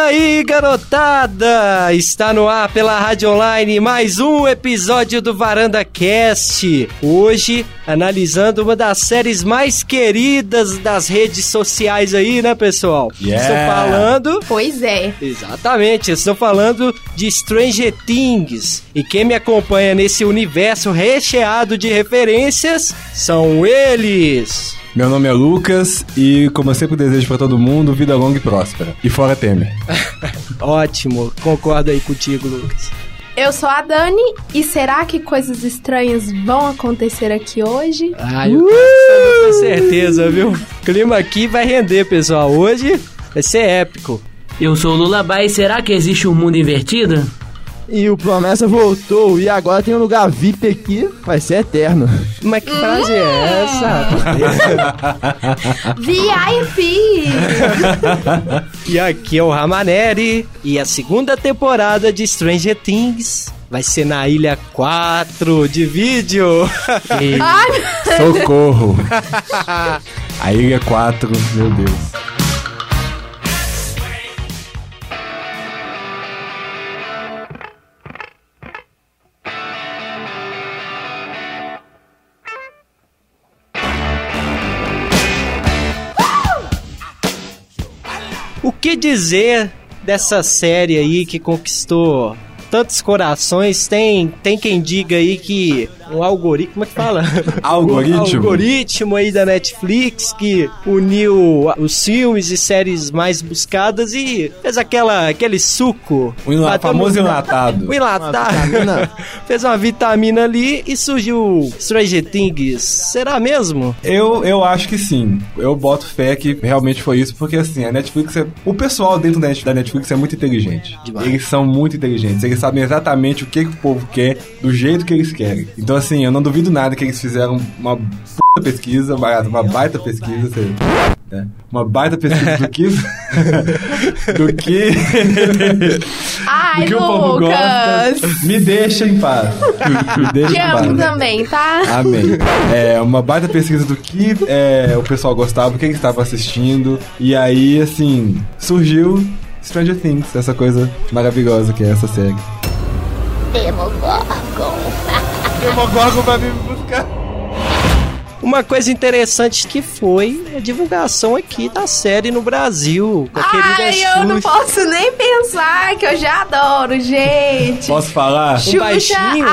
aí, garotada! Está no ar pela Rádio Online mais um episódio do Varanda Cast. Hoje, analisando uma das séries mais queridas das redes sociais aí, né, pessoal? Yeah. Estou falando Pois é. Exatamente, eu estou falando de Stranger Things. E quem me acompanha nesse universo recheado de referências são eles. Meu nome é Lucas e, como eu sempre desejo pra todo mundo, vida longa e próspera. E fora Temer. Ótimo, concordo aí contigo, Lucas. Eu sou a Dani e será que coisas estranhas vão acontecer aqui hoje? Ah, eu tenho Uh! com certeza, viu? O clima aqui vai render, pessoal. Hoje vai ser épico. Eu sou o Lullaby, será que existe um mundo invertido? E o Promessa voltou e agora tem um lugar VIP aqui, vai ser eterno. Mas que frase é essa? VIP! E aqui é o Ramaneri e a segunda temporada de Stranger Things vai ser na Ilha 4 de vídeo. E Ai, Socorro! A Ilha 4, meu Deus. O que dizer dessa série aí que conquistou tantos corações? Tem, tem quem diga aí que um algoritmo, como é que fala? Algoritmo? Um algoritmo aí da Netflix que uniu os filmes e séries mais buscadas e fez aquela, aquele suco. O enla- Bateu famoso no- enlatado. O enlatado. Uma vitamina. fez uma vitamina ali e surgiu Stranger Things. Será mesmo? Eu, eu acho que sim. Eu boto fé que realmente foi isso, porque assim, a Netflix é. O pessoal dentro da Net- da Netflix é muito inteligente. Demais. Eles são muito inteligentes. Eles sabem exatamente o que, que o povo quer, do jeito que eles querem. Então, assim, eu não duvido nada que eles fizeram uma puta pesquisa, uma, uma baita pesquisa, sei lá, né? Uma baita pesquisa do que. do que. ai do que o povo Lucas! gosta. Me deixa em paz. Me deixa Te em paz. né? amo também, tá? Amém. É, uma baita pesquisa do que é, o pessoal gostava, o que eles estavam assistindo. E aí, assim, surgiu Stranger Things, essa coisa maravilhosa que é essa série. Demogorgon vai me buscar. Uma coisa interessante que foi a divulgação aqui da série no Brasil. Com aquele Ai, eu não Xuxa. posso nem pensar que eu já adoro, gente! Posso falar? Um baixinho, um baixinho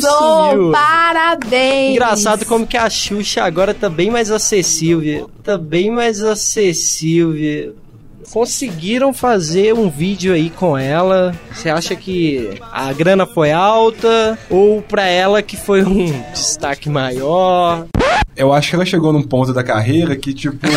arrasou, sumiu. Parabéns! Engraçado como que a Xuxa agora tá bem mais acessível. Tá bem mais acessível. Conseguiram fazer um vídeo aí com ela. Você acha que a grana foi alta? Ou pra ela que foi um destaque maior? Eu acho que ela chegou num ponto da carreira que, tipo, que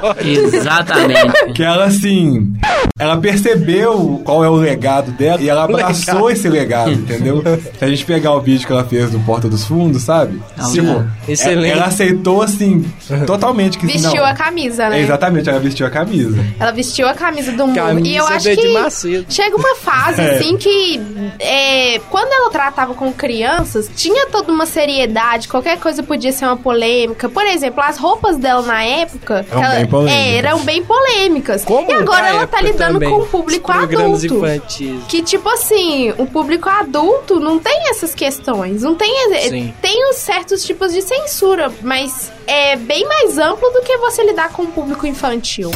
ótimo. Exatamente. que ela, assim, ela percebeu qual é o legado dela e ela abraçou esse legado, entendeu? Se a gente pegar o vídeo que ela fez do Porta dos Fundos, sabe? Ah, Tipo, excelente. ela aceitou, assim, totalmente que Vestiu não, a camisa, É, né? exatamente, ela vestiu a camisa. Ela vestiu a camisa do mundo. e eu Camisa acho de Edir que Macedo. chega uma fase, assim, que é, quando ela tratava com crianças, tinha toda uma seriedade, qualquer coisa podia ser uma polêmica. Por exemplo, as roupas dela na época Eram que ela- bem polêmicas. é, eram bem polêmicas. Como e agora na ela tá época lidando também, com o público os programas adulto. infantis. Que, tipo assim, o público adulto não tem essas questões. Não tem. é, Sim. Tem uns certos tipos de censura, mas é bem mais amplo do que você lidar com o público infantil.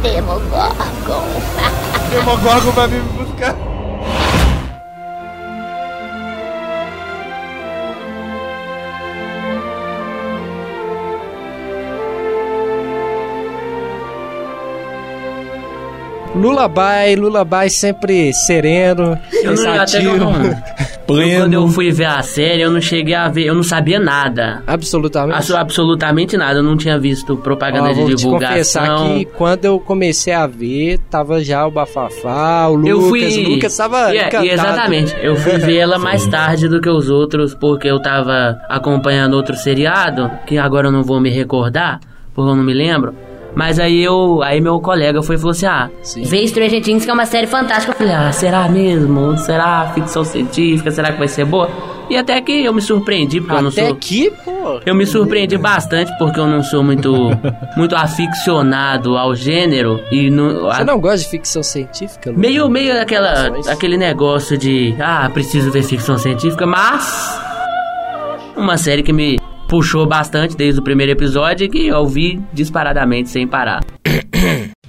Demogorgon vai me buscar. Lullaby, Lullaby sempre sereno, Eu não, até que eu pensativo. não, Pleno. quando eu fui ver a série, eu não cheguei a ver, eu não sabia nada. Absolutamente. Abso- absolutamente nada, eu não tinha visto propaganda Ó, de vou te confessar divulgação. que quando eu comecei a ver, tava já o Bafafá, o Lucas, eu fui. o Lucas tava e, é, encantado. e exatamente, eu fui ver ela mais tarde do que os outros, porque eu tava acompanhando outro seriado, que agora eu não vou me recordar, porque eu não me lembro. Mas aí eu. Aí meu colega foi e falou assim: ah, Sim. vê Stranger Things, que é uma série fantástica. Eu falei, ah, será mesmo? Será ficção científica? Será que vai ser boa? E até que eu me surpreendi, porque eu não Até sou. aqui, pô. Eu me surpreendi bastante porque eu não sou muito, muito aficionado ao gênero e não, a- Você não gosta de ficção científica? Lu? meio meio aquela Informações? aquele negócio de ah preciso ver ficção científica, mas uma série que me puxou bastante desde o primeiro episódio e que eu vi disparadamente sem parar.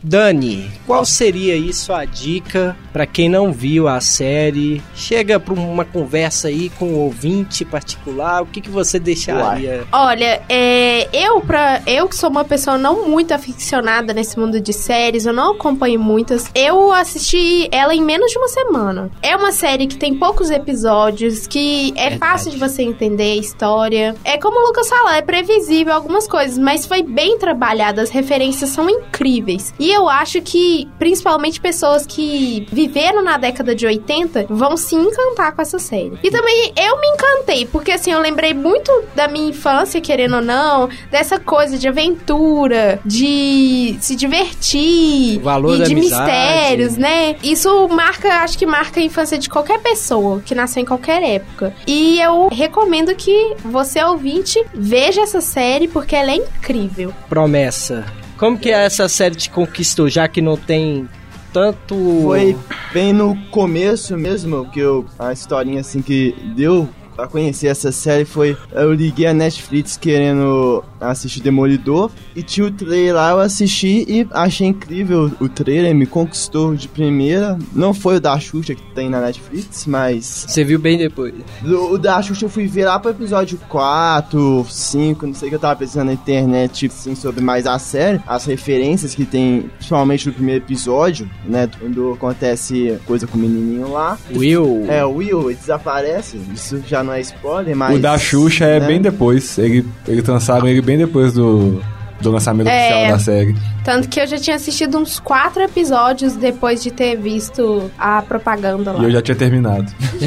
Dani, qual seria aí sua dica pra quem não viu a série? Chega pra uma conversa aí com um ouvinte particular, o que, que você deixaria? Olha, é, eu pra, eu que sou uma pessoa não muito aficionada nesse mundo de séries, eu não acompanho muitas. Eu assisti ela em menos de uma semana. É uma série que tem poucos episódios, que é Verdade. fácil de você entender a história. É como o Lucas falou, é previsível algumas coisas, mas foi bem trabalhada, as referências são incríveis. E eu acho que principalmente pessoas que viveram na década de 80 vão se encantar com essa série. E também eu me encantei, porque assim, eu lembrei muito da minha infância, querendo ou não, dessa coisa de aventura, de se divertir, O valor e da de amizade. mistérios, né? Isso marca, acho que marca a infância de qualquer pessoa que nasceu em qualquer época. E eu recomendo que você, ouvinte, veja essa série, porque ela é incrível. Promessa. Como que é essa série te conquistou, já que não tem tanto. Foi bem no começo mesmo que eu. A historinha assim que deu pra conhecer essa série foi. Eu liguei a Netflix querendo assistir Demolidor e tinha o trailer lá, eu assisti e achei incrível o trailer, me conquistou de primeira. Não foi o da Xuxa que tem na Netflix, mas. Você viu bem depois. O o da Xuxa eu fui ver lá pro episódio 4, 5, não sei o que eu tava pesquisando na internet, assim, sobre mais a série, as referências que tem, principalmente no primeiro episódio, né, quando acontece coisa com o menininho lá. Will. É, o Will, ele desaparece, isso já não é spoiler, mas... o da Xuxa é né? bem depois. Ele, ele lançaram ele bem depois do, do lançamento É. oficial da série. Tanto que eu já tinha assistido uns quatro episódios depois de ter visto a propaganda lá. E eu já tinha terminado.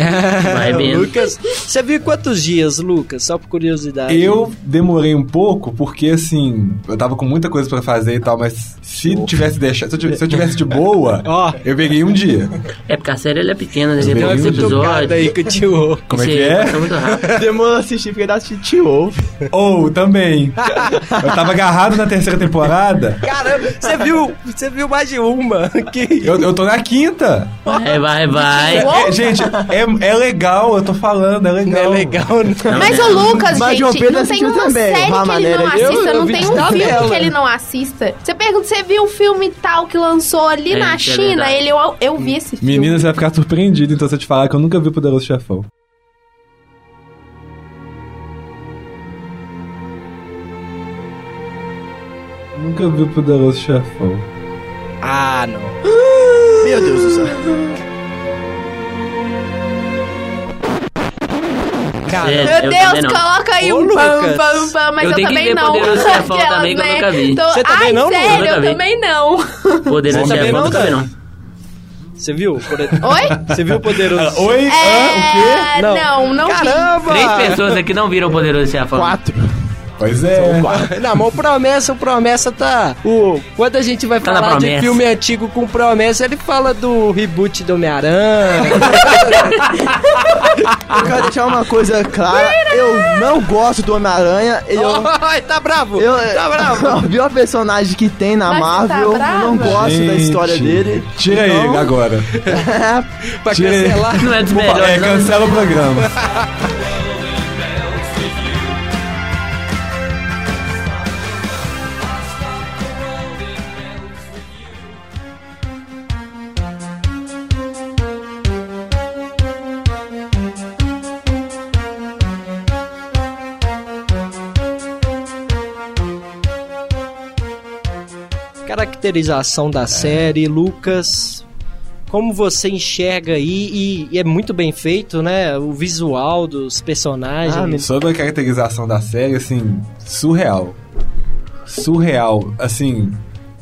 Vai vendo. Lucas, você viu quantos dias, Lucas? Só por curiosidade. Eu demorei um pouco porque, assim, eu tava com muita coisa pra fazer e tal, mas se tivesse deixado, se eu tivesse- se eu tivesse de boa, Ó, eu peguei um dia. É porque a série ela é pequena, né? Tem Tem uma poucos cutucada episódios. aí que eu te ouvo. Como é Isso que aí é? passa muito rápido. Demorou a assistir, porque eu assisti Tio Ou também. Eu tava agarrado na terceira temporada. Caramba, você viu, você viu mais de uma. Que... Eu, eu tô na quinta. Vai, vai, vai. É, gente, é, é legal, eu tô falando, é Não legal. é legal, não. Mas o Lucas, Mas o gente, Pedro não tem assistiu uma também, série uma que ele não maneira de- assista, Eu- eu não vi tem de um filme tabela. que ele não assista. Você pergunta, você viu um filme tal que lançou ali É, na isso é China? verdade. ele, eu, eu vi esse filme. Menina, você vai ficar surpreendido, então, se eu te falar que eu nunca vi o Poderoso Chefão. Nunca vi o Poderoso Chefão. Ah, não. Meu Deus do céu. Cara, É. Meu Eu também Deus, não. coloca aí Ô, um pam, Lucas. pam, pam, mas Eu eu, tenho que também ver não. Poderoso Chefão Aquelas, também, que eu né? nunca vi. Tô- Você também Ai, não, Lu? sério, Nunca eu vi. também não. Poderoso Você também Chefão, não, nunca vi, não. você viu? Oi? Você viu o poderoso? Oi? Hã? O quê? É, Não. não, não vi. Caramba! Três pessoas aqui não viram o Poderoso Chefão. Quatro. Pois é. Não, mas o promessa, o promessa tá. O, quando a gente vai Tá na falar de promessa. filme antigo com promessa, ele fala do reboot do Homem-Aranha. Eu quero deixar uma coisa clara, eu não gosto do Homem-Aranha, ele é um- Ai, tá bravo! Eu, Tá bravo! eu vi o personagem que tem na Mas você tá Marvel, brava? não gosto da Gente, história dele. Tira então- ele agora. Pra Tira ele. cancelar. Não é dos É, melhores. não. cancela o programa. Caracterização É. da série, Lucas. Como você enxerga aí, e, e é muito bem feito, né? O visual dos Ah, personagens. Sobre a caracterização da série, assim, surreal. Surreal, assim.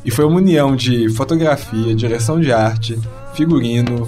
E foi uma união de fotografia, direção de arte, figurino,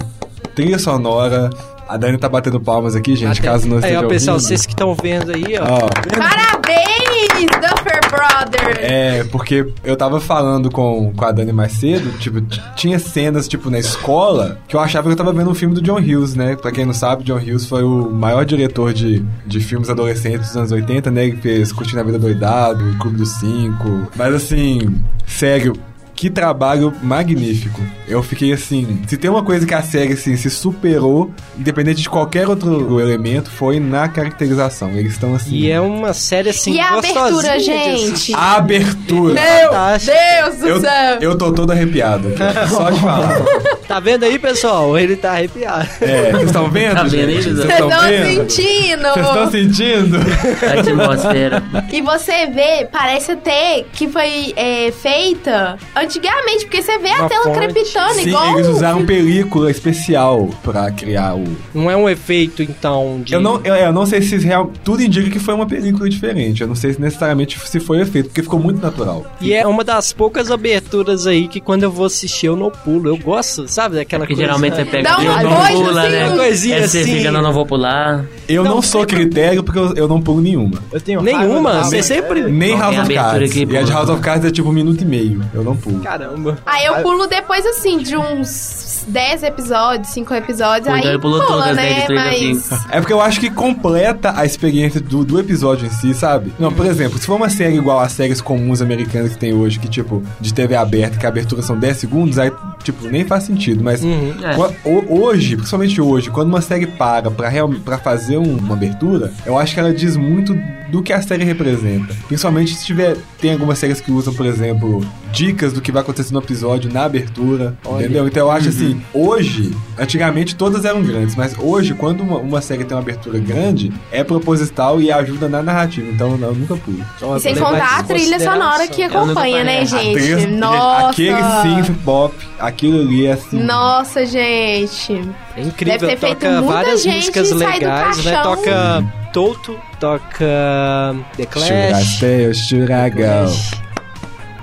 trilha sonora. A Dani tá Ah. batendo palmas aqui, gente, caso não aí, esteja ó, pessoal, ouvindo. vocês que estão vendo aí, ó. Ó, Parabéns! Parabéns, Duffer Brothers! É, porque eu tava falando com, com a Dani mais cedo, tipo, t- tinha cenas, tipo, na escola, que eu achava que eu tava vendo um filme do John Hughes, né? Pra quem não sabe, John Hughes foi o maior diretor de, de filmes adolescentes dos anos 80, né? Ele fez Curtindo a Vida Doidado, Clube dos Cinco. Mas assim, sério, que trabalho magnífico. Eu fiquei assim. Se tem uma coisa que a série assim, se superou, independente de qualquer outro elemento, foi na caracterização. Eles estão assim. E é uma série assim e a abertura, gostosinha de Tá, gente? A abertura! Fantástico. Deus do Eu, céu! eu tô todo arrepiado. aqui, Só de falar. Tá vendo aí, pessoal? Ele tá arrepiado. É, vocês estão vendo? Tá vendo, hein, gente? José? Vocês Vocês estão estão vendo? Vocês sentindo! estão sentindo? A atmosfera. E você vê, parece até que foi é, feita antigamente, porque você vê a Uma tela fonte. crepitando, Sim, igual. um eles usaram película especial pra criar o. Não é um efeito, então, de... Eu não, eu, eu não sei se real. Tudo indica que foi uma película diferente. Eu não sei se necessariamente se foi efeito, porque ficou muito natural. E é uma das poucas aberturas aí que quando eu vou assistir eu não pulo. Eu gosto, sabe? Daquela É Porque coisa. né? geralmente você pega Dá eu uma não coisa pula, assim, né? uma coisinha Essa você assim. fica, não, não vou pular. Eu não, sou critério porque eu, eu não pulo nenhuma. Eu tenho raiva Nenhuma? Ah, da Você minha- sempre. Nem Não, tem House of abertura Cards. que e a de pula. House of Cards é tipo um minuto e meio. Eu não pulo. Caramba. Aí Ah, eu pulo depois, assim, de uns 10 episódios, 5 episódios, Ou então aí ele pulou pula, todas, né, né? de três a Mas. cinco. É porque eu acho que completa a experiência do, do episódio em si, sabe? Não, por exemplo, se for uma série igual às séries comuns americanas que tem hoje, que tipo, de TV aberta, que a abertura são 10 segundos, aí, tipo, nem faz sentido. Mas é. qua- ho- hoje, principalmente hoje, quando uma série para pra, real, pra fazer um- uma abertura, eu acho que ela diz muito do que a série representa. Principalmente se tiver. Tem algumas séries que usam, por exemplo, dicas do que vai acontecer no episódio na abertura. Entendeu? Então eu acho assim, hoje, antigamente todas eram grandes, mas hoje, quando uma, uma série tem uma abertura grande, é proposital e ajuda na narrativa. Então eu nunca pulo. E sem contar a trilha sonora É que Eu nunca acompanha, Ah, né, parei. gente? Atriz- Nossa! Aquele synth pop, aquilo ali é assim. Nossa, gente. É incrível, Deve ter feito toca muita várias gente músicas sair do legais, né? caixão. Toca Toto, toca The Clash. Churastei, churagão.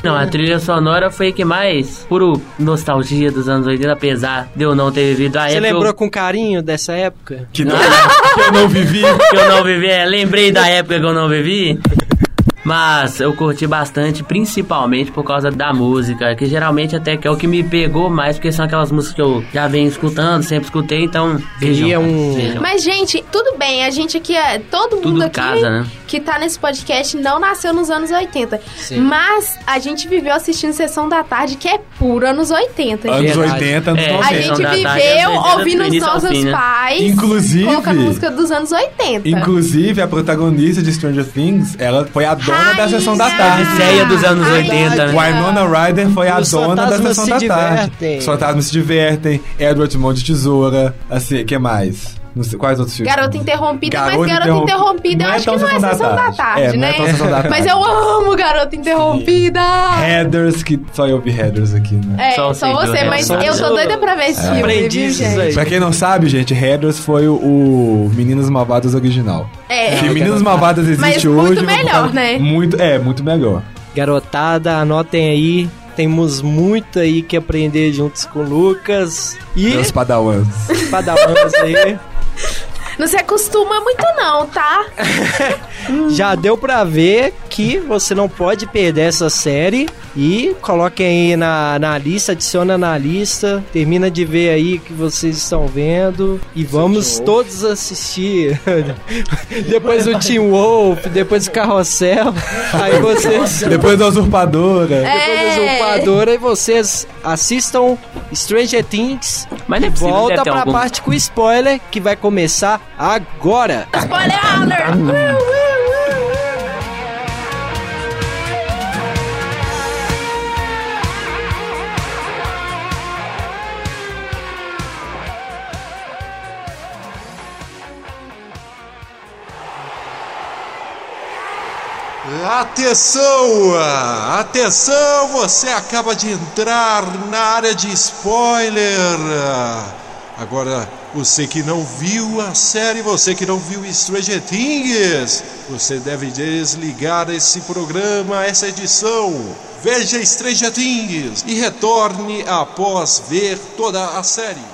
Não, a trilha sonora foi a que mais, por nostalgia dos anos 80, apesar de eu não ter vivido a é Você época. lembrou com carinho dessa época? Que não, que eu não vivi. que eu não vivi, é, lembrei da época que eu não vivi. Mas eu curti bastante, principalmente por causa da música, que geralmente até que é o que me pegou mais, porque são aquelas músicas que eu já venho escutando, sempre escutei, então vejam. Queria um- vejam. Mas, gente, tudo bem, a gente aqui é. Todo Tudo mundo aqui casa, né? que tá nesse podcast não nasceu nos anos 80. Sim. Mas a gente viveu assistindo Sessão da Tarde, que é puro anos 80. gente. Anos Verdade. 80, anos É. A 90. Sessão gente tá. da Tarde, viveu anos 80, ouvindo do os início ao nossos fim, né? pais. Inclusive- Colocando música dos anos 80. Inclusive, a protagonista de Stranger Things, ela foi a dona da sessão da tarde. Odisseia dos anos 80, né? Winona Ryder foi a Os dona da fantasmas sessão se da tarde. divertem. Os fantasmas se divertem. Edward Mão de Tesoura. Assim, o que mais? Não sei, quais outros filmes? Garota Interrompida, Garota mas Garota Interromp- Interrompida eu Não é acho tão que não é Sessão da Sessão da Tarde. Tarde, É, não né? é tão Sessão da Tarde. Mas eu amo Garota Interrompida! Headers, que só eu vi Headers aqui, né? É, só, Só sei, você, né? mas Só eu eu. sou doida pra ver esse filme, viu, Aprendizes gente? aí. Pra quem não sabe, gente, Headers foi o, o Meninas Malvadas original. É. Se Meninas Malvadas existe Mas muito hoje... melhor, vou botar- né? Muito, é, muito melhor. Garotada, anotem aí. Temos muito aí que aprender juntos com o Lucas. E Meus padawans. padawans aí. Não se acostuma muito não, tá? Já deu pra ver que você não pode perder essa série. E coloquem aí na, na lista, adiciona na lista. Termina de ver aí o que vocês estão vendo. E vamos todos assistir. depois o Team Wolf, depois o Carrossel. Aí vocês. Depois da Usurpadora. Depois da É. usurpadora e vocês assistam Stranger Things Mas não é e possível, volta deve ter pra algum. parte com spoiler que vai começar agora. Spoiler alert! Uh, uh, uh, uh. Atenção! ah, Atenção! Você acaba de entrar na área de spoiler! ah. Agora, você que não viu a série, você que não viu Stranger Things, você deve desligar esse programa, essa edição. Veja Stranger Things e retorne após ver toda a série.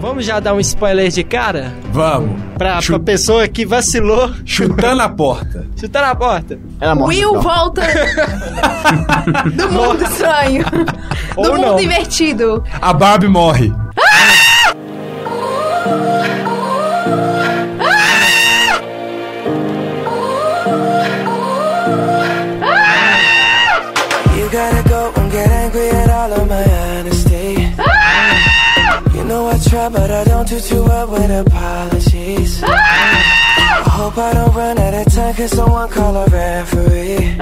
Vamos já dar um spoiler de cara? Vamos. Pra, pra Chu- pessoa que vacilou, Chutando a porta. chutar na porta. Ela morre. Will então. volta do mundo estranho. Ou do mundo não. invertido. A Barbie morre. You gotta go and get angry at all of my honesty. You know I try, but I don't do too well with apologies. I hope I don't run out of time, cause someone call a referee.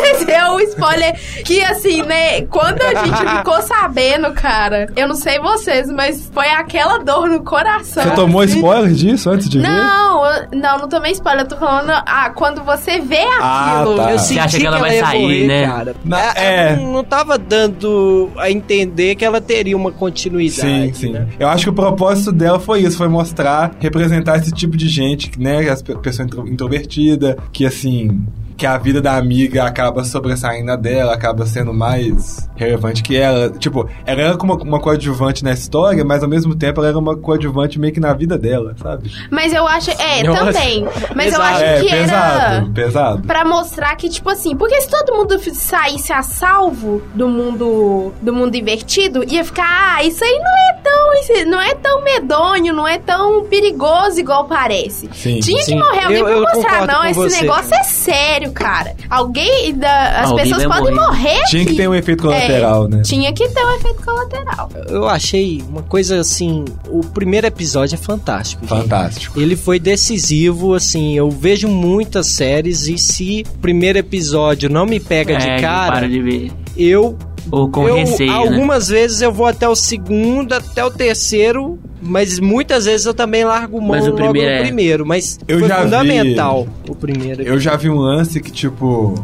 Esse é um spoiler que, assim, né? Quando a gente ficou sabendo, cara, eu não sei vocês, mas foi aquela dor no coração. Ah, Você tomou um spoiler disso antes de ver? Não, eu- não, não tomei spoiler. Eu tô falando, ah, quando você vê Ah, aquilo. tá. Eu Você senti acha que ela vai ia sair, morrer, né? Cara. É, Na- é. Não tava dando a entender que ela teria uma continuidade. Sim, sim. né? Eu acho que o propósito dela foi isso, foi mostrar, representar esse tipo de gente, né? As pe- pessoa intro- introvertida, que assim, que a vida da amiga acaba sobressaindo a dela, acaba sendo mais relevante que ela. Tipo, ela era como uma coadjuvante na história, mas ao mesmo tempo ela era uma coadjuvante meio que na vida dela, sabe? Mas eu acho. É, Nossa. também. Mas eu Pesado. acho é, que era. pesado, pesado. Pra mostrar que, tipo assim, porque se todo mundo f- saísse a salvo do mundo do mundo invertido, ia ficar, ah, isso aí não é tão, isso não é tão medonho, não é tão perigoso igual parece. Sim, Tinha sim. que morrer alguém Eu- pra eu mostrar, concordo não, com esse você. negócio é sério, cara. Alguém, da- as Alguém pessoas vai podem morrer. morrer Tinha que aqui. ter um efeito colateral, né? Tinha que ter um efeito colateral. Eu achei uma coisa assim. O primeiro episódio é fantástico. gente. Fantástico. Ele foi decisivo, assim. Eu vejo muitas séries e se o primeiro episódio não me pega É, de cara, é, Para de ver. eu. Ou com eu- receio, né? algumas vezes eu vou até o segundo, até o terceiro, mas muitas vezes eu também largo mão Mas o logo primeiro no é. primeiro. Mas Eu foi já vi- fundamental o primeiro. Eu já vi um lance que, tipo,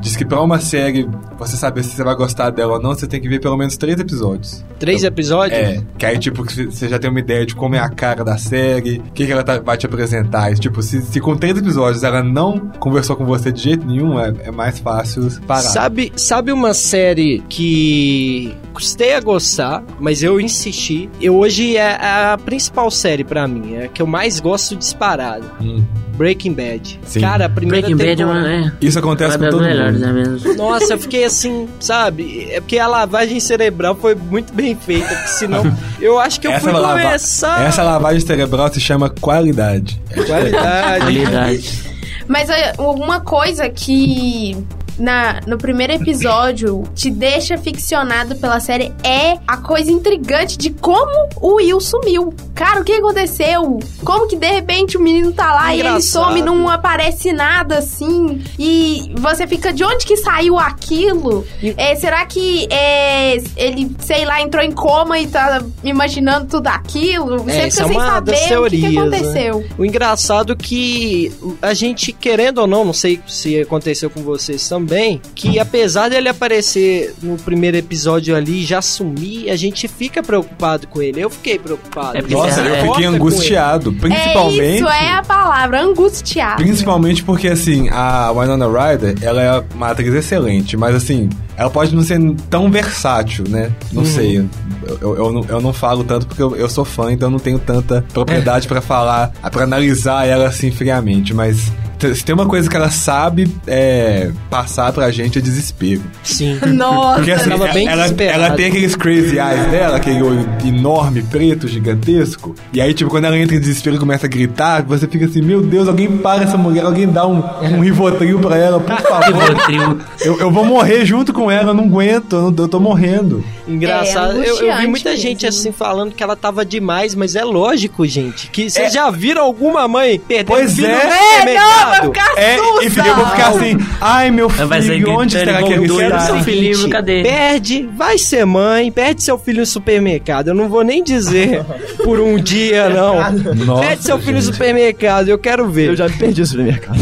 diz que pra uma série você saber se você vai gostar dela ou não, você tem que ver pelo menos três episódios. Três episódios? É, que aí, tipo, que você já tem uma ideia de como é a cara da série, o que, que ela tá- vai te apresentar. E, tipo, se, se com três episódios ela não conversou com você de jeito nenhum, é, é mais fácil parar. Sabe, sabe uma série que custei a gostar, mas eu insisti. Eu hoje é a principal série pra mim, é a que eu mais gosto disparado. Hum. Breaking Bad. Sim. Cara, a primeira Breaking Bad é temporada. uma, é, Isso uma acontece com das todo melhores, mundo. né mesmo? Nossa, eu fiquei assim, sabe? É porque a lavagem cerebral foi muito bem feita, porque senão eu acho que eu fui lava- começar. essa lavagem cerebral se chama qualidade. Qualidade. Qualidade. Mas é, uma coisa que na, no primeiro episódio te deixa ficcionado pela série é a coisa intrigante de como o Will sumiu. Cara, o que aconteceu? Como que de repente o menino tá lá e ele Engraçado. some, não aparece nada assim? E você fica de onde que saiu aquilo? É, será que é, ele, sei lá, entrou em coma e tá imaginando tudo aquilo? Você É, fica isso é sem uma saber das o que que, teorias, né? aconteceu. O engraçado é que a gente, querendo ou não, não sei se aconteceu com vocês também, que apesar dele aparecer no primeiro episódio ali e já sumir, a gente fica preocupado com ele. Eu fiquei preocupado. É porque Nossa, eu É. Importa com fiquei ele. angustiado, principalmente... É isso, é a palavra, angustiado. Principalmente porque, assim, a Winona Ryder, ela é uma atriz excelente, mas, assim, ela pode não ser tão versátil, né? Não sei. Eu, eu, eu não, eu não falo tanto porque eu, eu sou fã, então eu não tenho tanta propriedade pra falar, pra analisar ela, assim, friamente, mas... t- Se tem uma coisa que ela sabe é, passar pra gente é desespero. Sim. Nossa, Porque assim, tava ela, bem ela, desesperada. ela tem aqueles crazy eyes dela, aquele olho enorme, preto, gigantesco. E aí, tipo, quando ela entra em desespero e começa a gritar, você fica assim, meu Deus, alguém para essa mulher, alguém dá um, um rivotril pra ela, por favor. Rivotril. eu, eu vou morrer junto com ela, eu não aguento, eu, não- eu tô morrendo. Engraçado. eu, eu É, vi angustiante muita mesmo. gente assim falando que ela tava demais, mas é lógico, gente. Que vocês já viram alguma mãe perder É. Pois filho é. no É, não, vai supermercado? ficar É, e fica- eu vou ficar assim, ai meu Ela vai sair filho, onde gritando será que igual ele doida. está? Seu filho livre, cadê? Perde, vai ser mãe, perde seu filho no supermercado. Eu não vou nem dizer por um dia, não. É Nossa, perde seu filho no gente. supermercado, eu quero ver. Eu já me perdi no supermercado.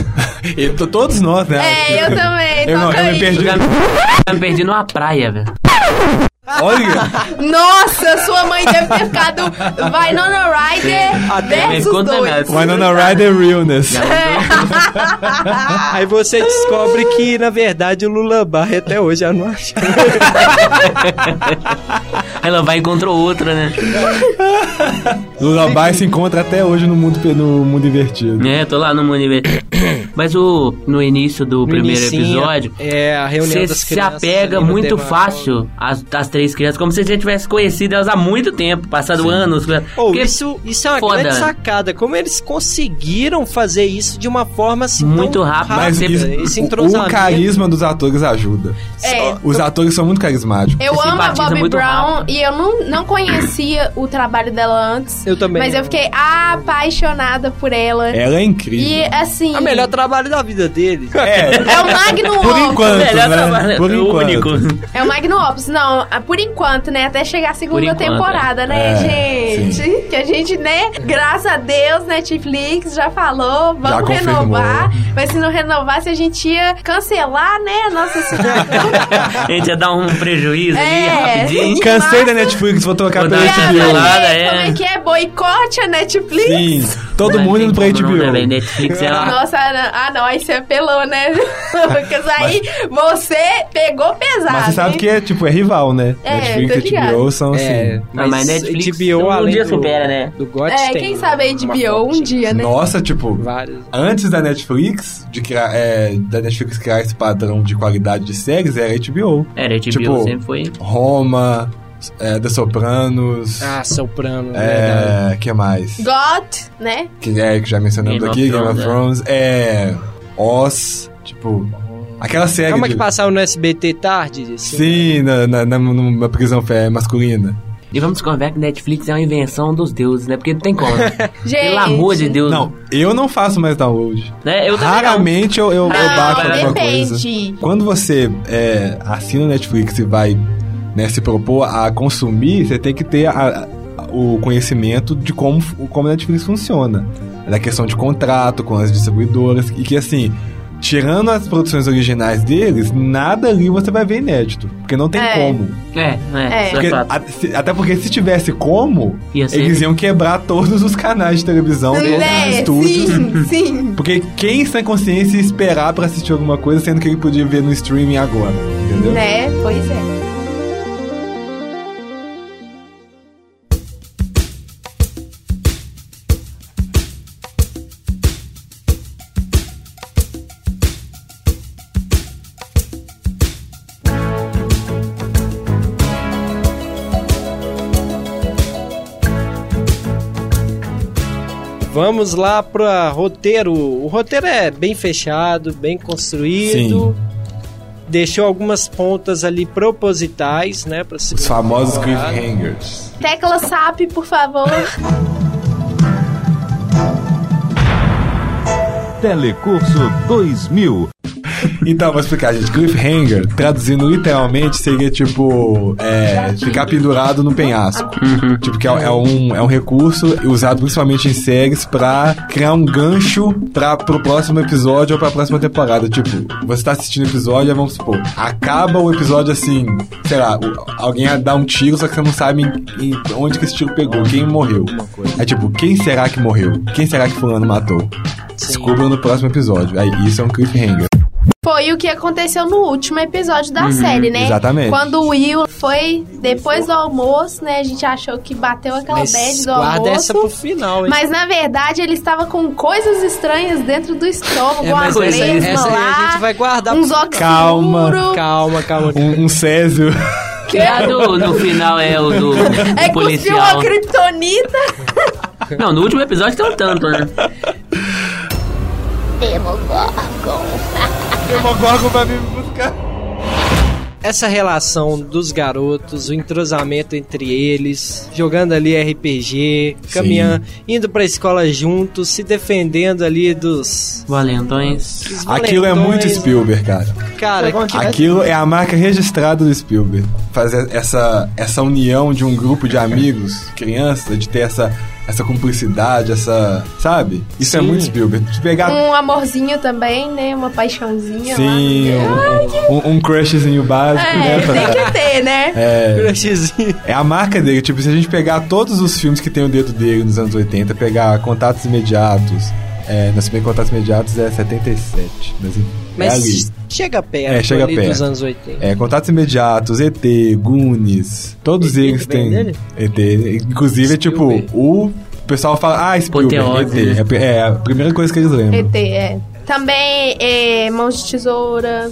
E to- Todos nós, né? É, eu também, Eu, não, toca eu me aí. Tá perdi Eu já me perdi numa praia, velho. Olha! Nossa, sua mãe deve ter ficado Winona Ryder me versus conta né? dois. nada. Winona Ryder Realness. Aí você descobre que, na verdade, o Lullaby até hoje é eu não acho. Ela vai e encontra outra, né? Lullaby se encontra até hoje no mundo, pe- no mundo invertido. É, tô lá no mundo invertido. Mas o, no início do primeiro Inicinha, episódio, É, a reunião você das se crianças apega ali no muito devaneio. fácil às, às três crianças, como se você tivesse conhecido elas há muito tempo, passado anos. Pô, Porque- isso, isso é uma foda. né? grande sacada. Como eles conseguiram fazer isso de uma forma assim tão Muito rápido. Mas Você- isso- esse o entrosamento. carisma dos atores ajuda. É. Os atores são muito carismáticos. Eu Você amo a simpatiza Bobby muito Brown rápido. e eu não, não conhecia o trabalho dela antes. Eu também Mas eu não. fiquei apaixonada por ela. Ela é incrível. E assim. A melhor trabalho da vida assim. dele. É, É o Magnum por Opus. enquanto, Melhor né? trabalho, Por o enquanto. único. É o Magnum Opus. Não, ah, por enquanto, né? Até chegar a segunda Por enquanto, temporada, né, É, gente? Que a gente, né? Graças a Deus, né, Netflix já falou, Já vamos confirmou. renovar. Mas se não renovasse, a gente ia cancelar, né? Nossa assinatura. A gente ia dar um prejuízo ali É. rapidinho. Cansei da Netflix, vou trocar Vou pela dar uma HBO. chancelada. Cancelada, Como é. é que é? Boicote a Netflix? Sim, todo Mas mundo tem indo pra como não, né, velho? HBO. Netflix, ela... Nossa, ah, não. ah não, aí você apelou, né? Lucas, aí você pegou pesado. Mas você sabe hein? que é, tipo, é rival, né? É, tô Netflix e ligado. HBO são assim. É, mas Netflix um além dia do, supera, né? do GOT É, tem quem sabe aí de uma Bio um fonte. dia, né? Nossa, tipo, Vários. antes da Netflix, de criar, é, da Netflix criar esse padrão de qualidade de séries, era HBO. Era, HBO Tipo, sempre foi... Roma, é, The Sopranos, Ah, Soprano. verdade. é, que mais? Got, né? Que é, que já mencionamos Game of aqui, Game of Thrones, Thrones, é, Oz, tipo, aquela É, série Calma que de- passava no SBT tarde? assim. Sim, na, na, na- numa prisão fé masculina. E vamos descobrir que Netflix é uma invenção dos deuses, né? Porque não tem como. né? Gente. Pelo amor de Deus. Não, eu não faço mais download. Né? Eu também não. Raramente eu, eu, eu Não, baixo alguma coisa. Ah, depende. Quando você é, assina o Netflix e vai né, se propor a consumir, você tem que ter a- a- o conhecimento de como f- como o Netflix funciona. Da questão de contrato com as distribuidoras. E que assim, tirando as produções originais deles, nada ali você vai ver inédito. Porque não tem É. como. É, é. É. isso é Porque fato. a- se- até porque se tivesse como, Ia ser- eles iam quebrar todos os canais de televisão, todos os Né? estúdios. Sim, sim. Porque quem sem consciência ia esperar pra assistir alguma coisa, sendo que ele podia ver no streaming agora, entendeu? né? Pois é. Vamos lá para roteiro. O roteiro é bem fechado, bem construído. Deixou algumas pontas ali propositais, né? Pra Os famosos cliffhangers. Tecla SAP, por favor. Telecurso 2000. Então, vou explicar, gente. Cliffhanger, traduzindo literalmente, seria tipo. É, ficar pendurado no penhasco. Tipo, que é, é um, é um recurso usado principalmente em séries pra criar um gancho pra, pro próximo episódio ou pra próxima temporada. Tipo, você tá assistindo o episódio, aí vamos supor, acaba o episódio assim, sei lá, o- alguém dá um tiro, só que você não sabe em- em onde que esse tiro pegou, quem morreu. É tipo, quem será que morreu? Quem será que fulano matou? Descubra no próximo episódio. Aí, isso é um cliffhanger. Foi o que aconteceu no último episódio da série, né? Uhum, exatamente. Quando o Will foi depois do almoço, né? A gente achou que bateu aquela Mas bad do guarda almoço. essa pro final, hein? Mas na verdade ele estava com coisas estranhas dentro do estômago, é, uma mas essa, mesma essa aí a gente lá, vai guardar uns óculos Calma. Calma, calma. Um, um Césio. é Que a do, no final é o do, do É, cuspiu policial. uma criptonita. Não, no último episódio tem um tanto, né? Demogorgon vai vir me buscar. Essa relação dos garotos, o entrosamento entre eles, jogando ali RPG, caminhando, indo pra escola juntos, se defendendo ali dos. então Valentões. dos Aquilo é muito valentões. Spielberg, cara. Cara, Aquilo é a marca registrada do Spielberg. Fazer essa, essa união de um grupo de amigos, criança, de ter essa essa cumplicidade, essa. Sabe? Isso é Sim. muito Spielberg. Se pegar. Um amorzinho também, né? Uma É, paixãozinha Sim, um, um, um crushzinho lá. básico, É, né? tem que ter, né? É, Crushzinho. é a marca dele. Tipo, se a gente pegar todos os filmes que tem o dedo dele nos anos 80, pegar Contatos Imediatos. É, não, se bem que Contatos Imediatos é 77. Mas, enfim, é ali. Mas chega perto É, chega ali perto. dos anos 80. É, Contatos Imediatos, ET, Goonies, todos ET eles também têm. dele? ET, inclusive, é tipo, Spielberg. o pessoal fala, ah, Spielberg, Apoteose, ET. É, a primeira coisa que eles lembram. ET, é. Também é, Mãos de Tesoura.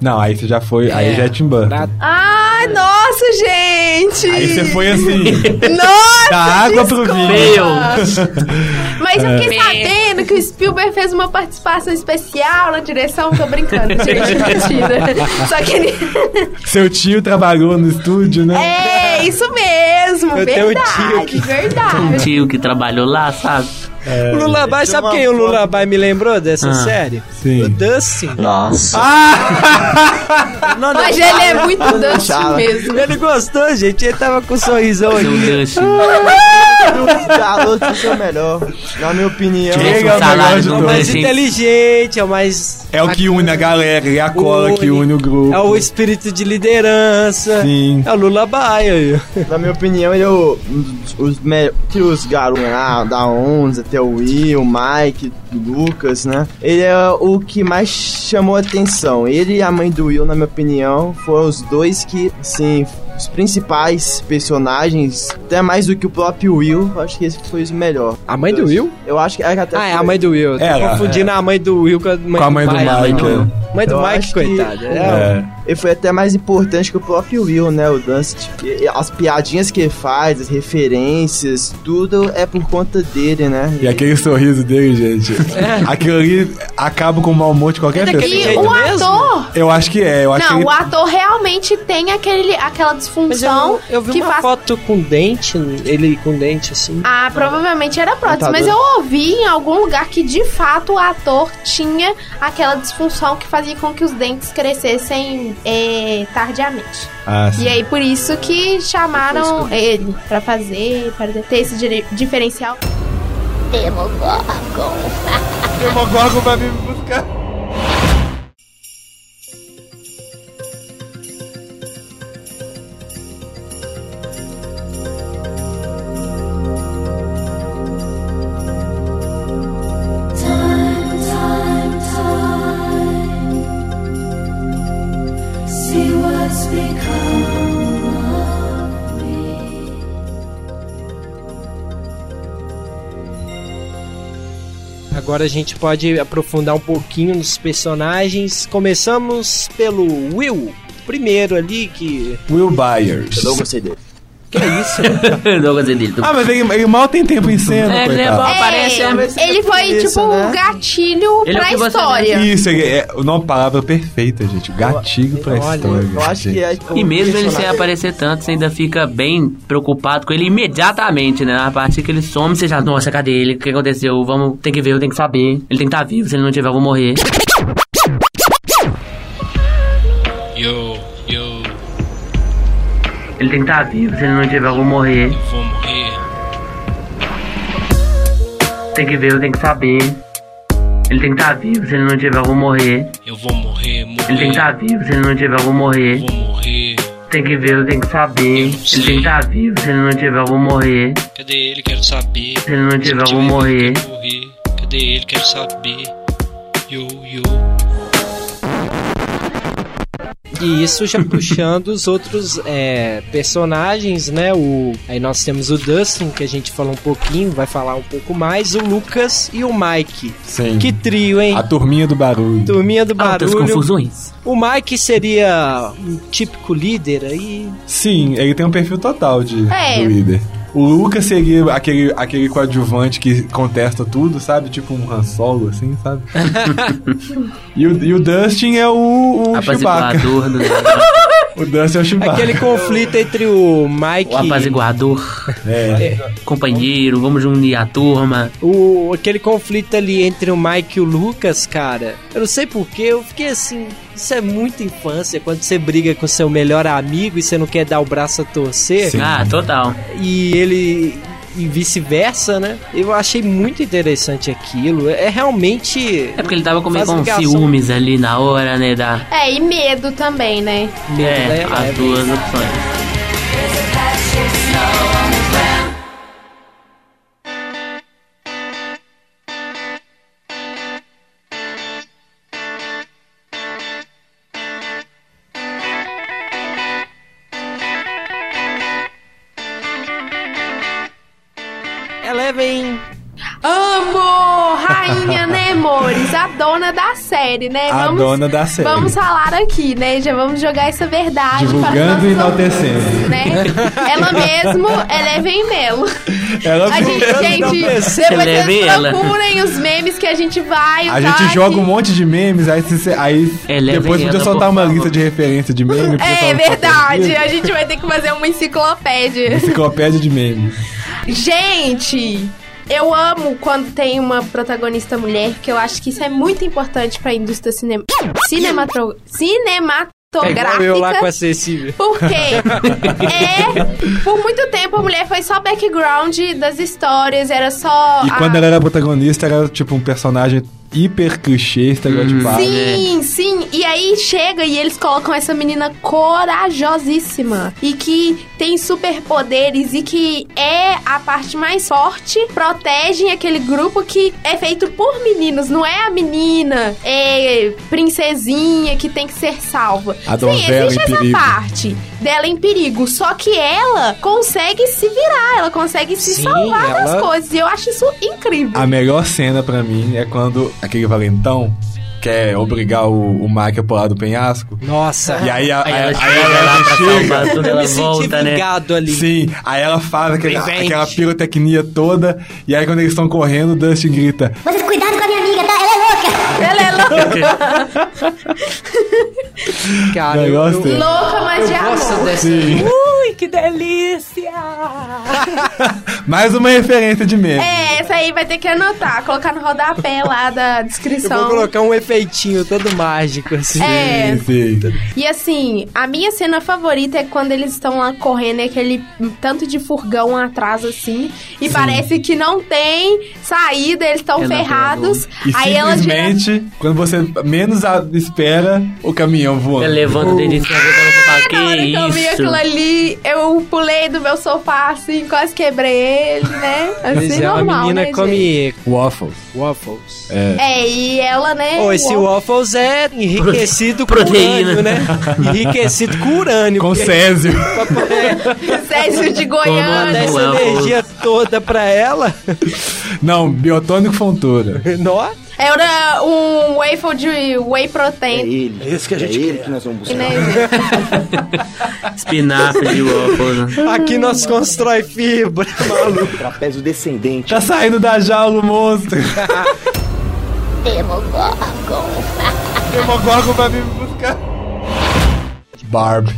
Não, aí você já foi, aí É. já é Tim Burton. Dá- Ai, nossa, gente! Aí você foi assim, Nossa! da água pro desculpa. vinho. Mas eu fiquei sabendo que o Spielberg fez uma participação especial na direção. Tô brincando, gente, é mentira. Só que ele. Seu tio trabalhou no estúdio, né? É, isso mesmo! Eu tenho um verdade, tio que- Um verdade. tio que trabalhou lá, sabe? É, O Lullaby, Deixa sabe uma quem o foto. Lullaby me lembrou dessa Ah, série? sim. O Dustin. Nossa. Ah, Não, não, Mas ele é muito Dustin mesmo. Ele gostou, gente. Ele tava com um sorrisão Seu aqui. Dustin. Galo, isso é o melhor. Na minha opinião. Tivesse Chega, um salário mas de eu É um o mais Dustin. inteligente, é o mais. É o que une a galera, é a cola que Une. une o grupo. É o espírito de liderança. Sim. É o Lullaby aí. Na minha opinião, ele é o, um dos- os me- que os garotos lá, da 11 até o Will, o Mike, o Lucas, né? Ele é o que mais chamou atenção. Ele e a mãe do Will, na minha opinião, foram os dois que, assim, os principais personagens, até mais do que o próprio Will, eu acho que esse foi o melhor. A mãe do Will? Eu acho que é que até Ah, é a foi- mãe do Will. Tô Ela, confundindo a mãe do Will com a mãe, Com a mãe do é. Mike. Mike, Michael. Mãe do Eu Mike, acho que- coitada. É. É. Ele foi até mais importante que o próprio Will, né? O Dust. E As piadinhas que ele faz, as referências, tudo é por conta dele, né? E aquele sorriso dele, gente. Aquilo ali acaba com o mau humor de qualquer É. daquele E pessoa. jeito. o mesmo? ator. Eu acho que é, eu acho Não, que o ator realmente tem aquele, aquela Mas eu, disfunção eu vi que uma faz foto com dente, ele com dente assim. Ah, provavelmente era prótese, Contador. mas eu ouvi em algum lugar que de fato o ator tinha aquela disfunção que fazia com que os dentes crescessem eh, tardiamente. Ah, sim. E aí por isso que chamaram ele pra fazer, pra ter esse dire- diferencial. Demogorgon vai vir me buscar. Time, time, time. See what's become of me. Agora a gente pode aprofundar um pouquinho nos personagens. Começamos pelo Will. Primeiro ali que. Will Byers. Eu não gostei dele. Que é isso? Douglas Edilton. Ah, mas ele, ele mal tem tempo em cena, É, ele é coitado. bom. Aparece a- assim ele foi isso, tipo né? um gatilho Ele é o pra que você história. Isso, ele é uma palavra perfeita, gente. Gatilho pra Olha, história. Eu acho que gente. é. E mesmo ele sem personagem- aparecer tanto, você ainda fica bem preocupado com ele imediatamente, né? A partir que ele some, você já, nossa, cadê ele? O que aconteceu? Vamos, tem que ver, eu tenho que saber. Ele tem que estar vivo, se ele não tiver, eu vou morrer. Eu, eu Ele tem que estar vivo, se ele não tiver, eu vou morrer. vou morrer. Tem que ver, eu tenho que saber. Ele tem que estar vivo, se ele não tiver, eu vou morrer. Eu vou morrer, morrer. Ele tem que estar vivo, se ele não tiver, eu vou morrer. Vou morrer. Tem que ver, eu tenho que saber. Ele tem que estar vivo, se ele não tiver, eu vou morrer. Cadê ele? Quero saber. Se ele não tiver, eu vou morrer. Quero morrer. Cadê ele? Quero saber. Yo, yo. E isso já puxando os outros é, personagens, né? O, aí nós temos o Dustin, que a gente falou um pouquinho, vai falar um pouco mais, o Lucas e o Mike. Sim. é Que trio, hein? A turminha do barulho. Turminha do Altas barulho. Ah, confusões. O Mike seria um típico líder aí. Sim, ele tem um perfil total de É. do líder. O Lucas seria aquele, aquele coadjuvante que contesta tudo, sabe? Tipo um Han Solo, assim, sabe? e, o, e o Dustin é o, o Chewbacca. Apaziguador do. O Dustin é o Chewbacca. Aquele conflito entre o Mike. O apaziguador. É. Companheiro, vamos unir a turma. O, aquele conflito ali entre o Mike e o Lucas, cara, eu não sei porquê, eu fiquei assim, isso é muita infância, quando você briga com seu melhor amigo e você não quer dar o braço a torcer, Sim. Ah, total. e ele e vice-versa, né? Eu achei muito interessante aquilo. É, é realmente. É porque ele tava com meio faz com ligação. ciúmes ali na hora, né? Da... É, e medo também, né? né? É, as duas opções. Eleven. Amo! Rainha Nemores, a dona da série, né? A dona da série. Vamos falar aqui, né? Já vamos jogar essa verdade para os Divulgando e nossos enaltecendo. ouvintes, né? Ela mesmo, ela é vem nela. Ela A gente, gente, depois Ela é vocês vem ela. procurem os memes que a gente vai usar A gente joga aqui. um monte de memes, aí, se- se- aí Elevem depois podia ela, soltar por uma favor. lista de referência de memes. É verdade, a gente vai ter que fazer uma enciclopédia. Enciclopédia de memes. Gente, eu amo quando tem uma protagonista mulher, que eu acho que isso é muito importante pra indústria cinema cinematro... É igual eu lá com cinematográfica. a Cecília. Porque é, por muito tempo a mulher foi só background das histórias, era só E a- quando ela era protagonista, era tipo um personagem hiper clichê, estereotipado. Sim, sim. E aí chega e eles colocam essa menina corajosíssima e que tem superpoderes e que é a parte mais forte. Protegem aquele grupo que é feito por meninos, não é a menina, é princesinha que tem que ser salva. A Sim, donzela existe em essa perigo. parte dela em perigo, só que ela consegue se virar, ela consegue se Sim, salvar das ela- coisas. E eu acho isso incrível. A melhor cena pra mim é quando aquele valentão então, quer obrigar o, o Mike a pular do penhasco. Nossa. E aí, a, Aí a- ela aí chega lá pra salvar tudo, eu ela me senti volta, né? vingado ali. Sim, aí ela faz aquela, Presente. aquela pirotecnia toda, e aí quando eles estão correndo, o Dustin grita. Vocês cuidado com a minha amiga, tá? Ela é louca! Ela é louca, Cara, eu, Negócio eu, dele. louca, mas de gosto amor. dessa. Mais uma referência de meme. É, essa aí vai ter que anotar, colocar no rodapé lá da Eu descrição. vou colocar um efeitinho todo mágico, assim. É. Sim, sim. E assim, a minha cena favorita é quando eles estão lá correndo, é aquele tanto de furgão atrás, assim, e parece que não tem saída, eles estão Ela ferrados. E Aí ela gira. simplesmente, quando você menos a- espera, o caminhão voando. Ela levanta o dedinho esquerdo e fala, é que tá Na hora que eu vi isso? aquilo ali, eu pulei do meu sofá, assim, quase quebrei ele, né? Assim, Pois é, a normal, menina né, gente? come Waffles. waffles. É, e ela, né? Pô, esse waffles é enriquecido com Proteína. urânio, né? Enriquecido com urânio. Com porque- Césio. pra poder Césio de Como dar Goiânia. é? essa Waffles. energia toda pra ela. Não, biotônico fontura. Nó. Era um waffle de whey protein. É ele. É Esse que a gente quer. né, gente? Espinafre de waffles. né? Aqui nós constrói fibra, maluco. Trapézio descendente. Tá saindo da jaula o monstro. Demogorgon. Demogorgon vai vir me buscar. Barb.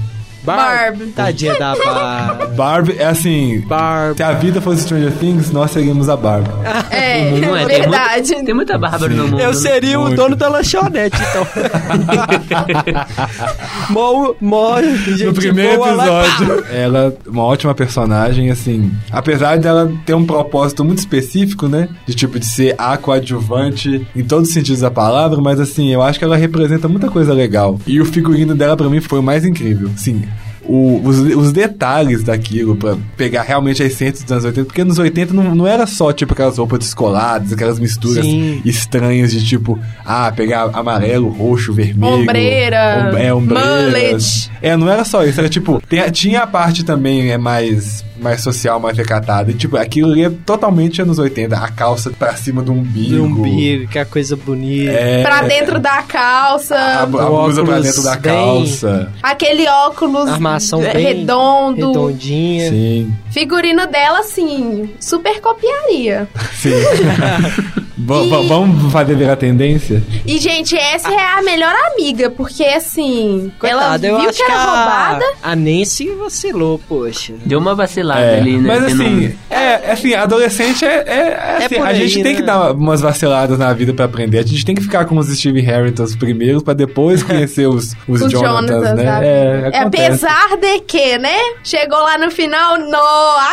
Barb. Tá Tadinha da Barb. Barb é assim. Barb. Se a vida fosse Stranger Things, nós seríamos a Barb. É, Não é, tem verdade. Tem muita Bárbara no mundo. Eu né? seria o Muito. dono da lanchonete, então. mó, mó, gente no primeiro boa lá, pá. episódio. Ela é uma ótima personagem, assim. Apesar dela ter um propósito muito específico, né? De tipo de ser a coadjuvante em todos os sentidos da palavra, mas assim, eu acho que ela representa muita coisa legal. E o figurino dela, pra mim, foi o mais incrível. Sim. o- os, os detalhes daquilo pra pegar realmente a essência dos anos 80, porque nos 80 não, não era só tipo aquelas roupas descoladas, aquelas misturas Sim. estranhas de tipo, ah, pegar amarelo, roxo, vermelho, Ombreira, om- é, ombreiras, mullet. é, não era só isso, era tipo, tem- tinha a parte também é mais mais social, mais recatada. E, tipo, aquilo ali é totalmente anos 80, a calça pra cima do umbigo. De um bico, que é coisa bonita. É, Pra dentro da a, a calça, blusa pra óculos dentro da bem- calça. aquele óculos Armação d- bem redondo. Redondinha. Sim, Figurino dela, assim, super copiaria. sim. V- v- E- Vamos fazer virar tendência? E, gente, essa é a melhor amiga, porque, assim, Coitada, eu ela viu acho que era a, roubada. A Nancy vacilou, poxa. Deu uma vacilada É, ali, né? Mas que não- assim, é, assim, adolescente é, é- é É assim, por a aí, gente tem né? que dar umas vaciladas na vida pra aprender. A gente tem que ficar com os Steve Harringtons primeiro pra depois conhecer os, os, Os Jonathans, Jonathans, né? sabe? É, É, acontece. apesar de que, né? Chegou lá no final,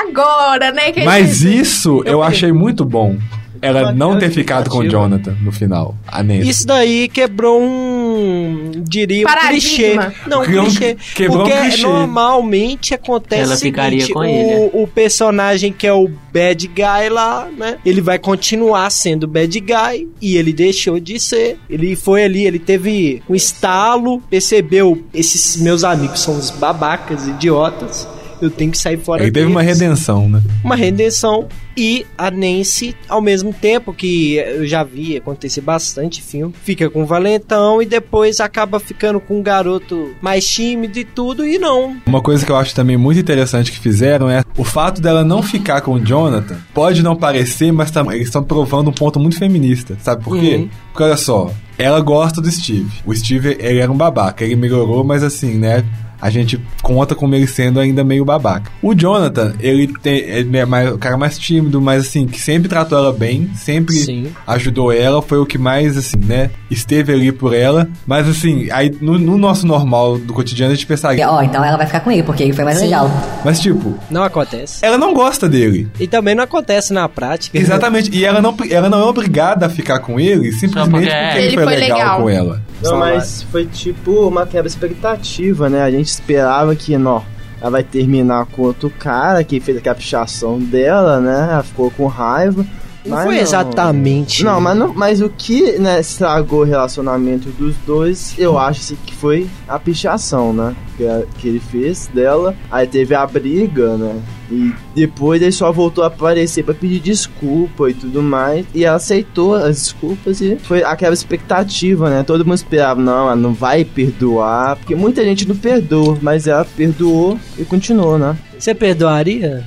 agora, né? que a Mas gente- isso eu achei muito bom. Ela não ter ficado com o Jonathan no final. A Nancy. Isso daí quebrou um. Diria um clichê. Paradigma. Não, um Criou um- clichê. quebrou um porque clichê. normalmente acontece Ela o seguinte, ficaria com o, ele. o personagem que é o bad guy lá, né? Ele vai continuar sendo bad guy e ele deixou de ser. Ele foi ali, ele teve um estalo, percebeu: esses meus amigos são uns babacas, idiotas. Eu tenho que sair fora Ele É teve uma deles." redenção, né? uma redenção e a Nancy, ao mesmo tempo que eu já vi acontecer bastante filme, fica com o Valentão e depois acaba ficando com um garoto mais tímido e tudo e não. Uma coisa que eu acho também muito interessante que fizeram é o fato dela não ficar com o Jonathan. Pode não parecer, mas tam- eles estão provando um ponto muito feminista. Sabe por quê? Uhum. Porque olha só, ela gosta do Steve. O Steve, ele era um babaca. Ele melhorou, mas assim, né? A gente conta com ele sendo ainda meio babaca. O Jonathan, ele, tem, ele é mais, o cara mais tímido, mas assim, que sempre tratou ela bem, sempre Sim. ajudou ela, foi o que mais, assim, né, esteve ali por ela. Mas assim, aí no, no nosso normal do cotidiano a gente pensaria. Ó, então ela vai ficar com ele, porque ele foi mais Sim. legal. Mas tipo, Não acontece. ela não gosta dele. E também não acontece na prática. Exatamente. E ela não, ela não é obrigada a ficar com ele Só simplesmente porque porque é. ele, Ele foi, foi legal, legal. com ela. Não, mas foi tipo uma quebra de expectativa, né? A gente esperava que, não, ela vai terminar com outro cara que fez a capixação dela, né? Ela ficou com raiva. Não mas foi exatamente. Não, mas, não, mas o que né, estragou o relacionamento dos dois, eu acho assim, que foi a pichação, né? Que, a- que ele fez dela. Aí teve a briga, né? E depois ele só voltou a aparecer pra pedir desculpa e tudo mais. E ela aceitou as desculpas e foi aquela expectativa, né? Todo mundo esperava, não, ela não vai perdoar. Porque muita gente não perdoa, mas ela perdoou e continuou, né? Você perdoaria?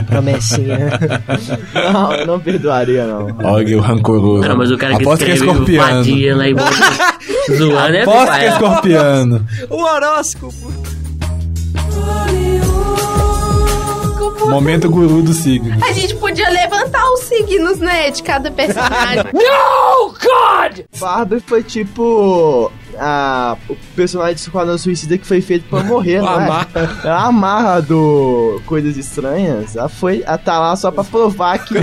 Ô, Promessinha. Não, não perdoaria, não. Olha o rancoroso. Não, mas o cara que Aposto que é Ah, escreveu escorpiano. Vadia lá em Boston, zoando é Aposto que é pai. escorpiano. o horóscopo. Momento guru do signo. A gente podia levantar os signos, né? De cada personagem. Barbie foi tipo. A, o personagem do Esquadrão Suicida que foi feito pra morrer, né? A amarra do Coisas Estranhas. Ela foi. Ela tá lá só pra provar que.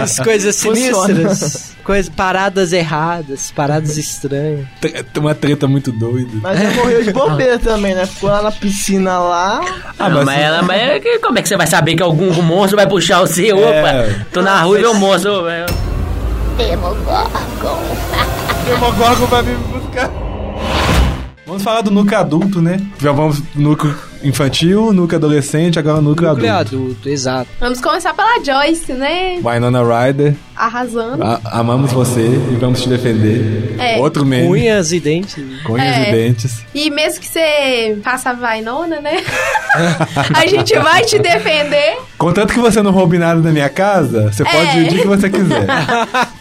As coisas Funciona. sinistras. Coisas, paradas erradas, paradas estranhas. Tre- Uma treta muito doida. Mas ela morreu de bobeira também, né? Ficou lá na piscina lá. Ah, Não, mas ela, mas é que- como é que você vai saber que algum monstro vai puxar o seu? Opa, É. tô na rua e vê um monstro. é. Demogorgon. Demogorgon vai vir me buscar. Vamos falar do núcleo adulto, né? Já vamos núcleo infantil, núcleo adolescente, agora núcleo, Núcleo adulto. adulto, exato. Vamos começar pela Joyce, né? Winona Ryder, Arrasando. a- amamos você e vamos te defender. É. Outro meme. Unhas e dentes. Cunhas É. e dentes. E mesmo que você faça a vainona, né? a gente vai te defender. Contanto que você não roube nada da minha casa, É. você pode ir o dia que você quiser.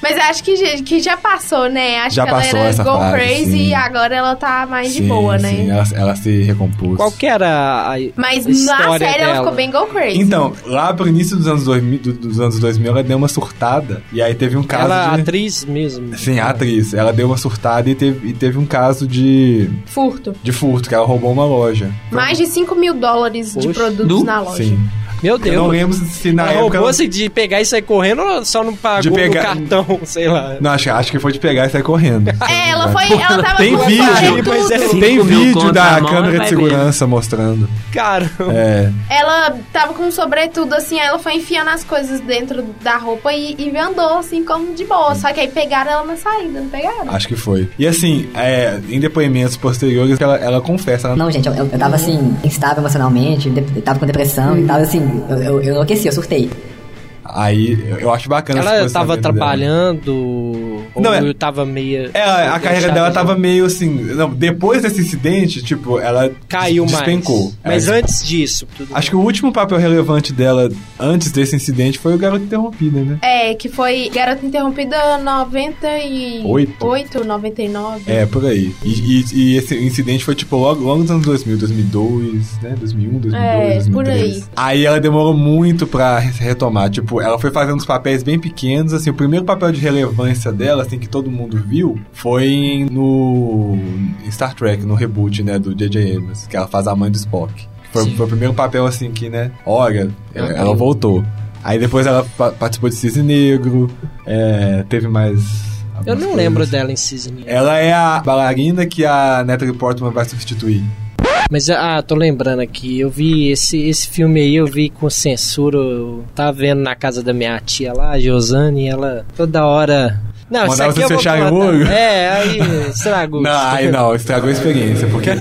Mas acho que, já- que já passou, né? Acho Já que ela passou era essa go fase, crazy sim. e agora ela tá mais Sim, de boa, sim, né? Ela, ela se recompôs. Qual que era a, a Mas na história série dela? ela ficou bem go crazy. Então, lá pro início dos anos 2000, do- dos anos 2000 ela deu uma surtada. E aí teve um caso Ela é de... atriz mesmo. Sim, a atriz. Ela deu uma surtada e teve, e teve um caso de, Furto. de furto, que ela roubou uma loja. Mais de 5 mil dólares de Poxa. produtos Du? na loja. Sim. Meu Eu não Deus. lembro se na Ela época... roubou assim? ela- se de pegar e sair correndo ou só não De pagou pegar- no cartão, sei lá. Não, acho, acho que foi de pegar e sair correndo. né? É, ela foi. Ela tava Tem com um vídeo, aparelho mas é- tudo. Cinco Tem mil vídeo conto da na mão, câmera de vai segurança mostrando. Cara, É, Ela tava com um sobretudo assim, aí ela foi enfiando as coisas dentro da roupa e, e andou assim, como de boa. Só que aí pegaram ela na saída, não pegaram? acho que foi. E assim, é, em depoimentos posteriores, ela, ela confessa. né? Ela Não, gente, eu, eu, eu tava assim, instável emocionalmente, de- tava com depressão e tal, assim, eu, eu, eu enlouqueci, eu surtei. Aí eu- eu acho bacana esse ela tava posicionamento dela. trabalhando ou Não, é- eu tava meia... É, a, a carreira deixada dela já. tava meio assim. Não, depois desse incidente, tipo, ela Caiu mais. despencou. Mas Ela- antes disso... Tudo Acho que o último papel relevante dela antes desse incidente foi o Garoto Interrompida, né? É, que foi Garota Interrompida 98, 99. É, por aí. E, e- e esse incidente foi, tipo, logo, logo nos anos 2000, 2002, né? 2001, 2002, É, 2003. por aí. Aí ela demorou muito pra re- retomar. Tipo, ela foi fazendo uns papéis bem pequenos, assim. O primeiro papel de relevância dela, assim, que todo mundo viu, foi em- no em Star Trek, no reboot, né? Do J.J. Abrams, que ela faz a mãe do Spock. que Foi, foi o primeiro papel assim que, né? Olha, ela, ela voltou. Aí depois ela pa- participou de Cisne Negro, é, teve mais. Eu não lembro dela em Season. Ela é a bailarina que a Natalie Portman vai substituir. Mas, ah, tô lembrando aqui, eu vi esse, esse filme aí, eu vi com censura, eu tava vendo na casa da minha tia lá, a Josane, e ela toda hora... Não, isso Mandava aqui vocês eu vou fecharem o cortar. olho? É, aí estragou. Não, aí não, estragou a experiência, porque.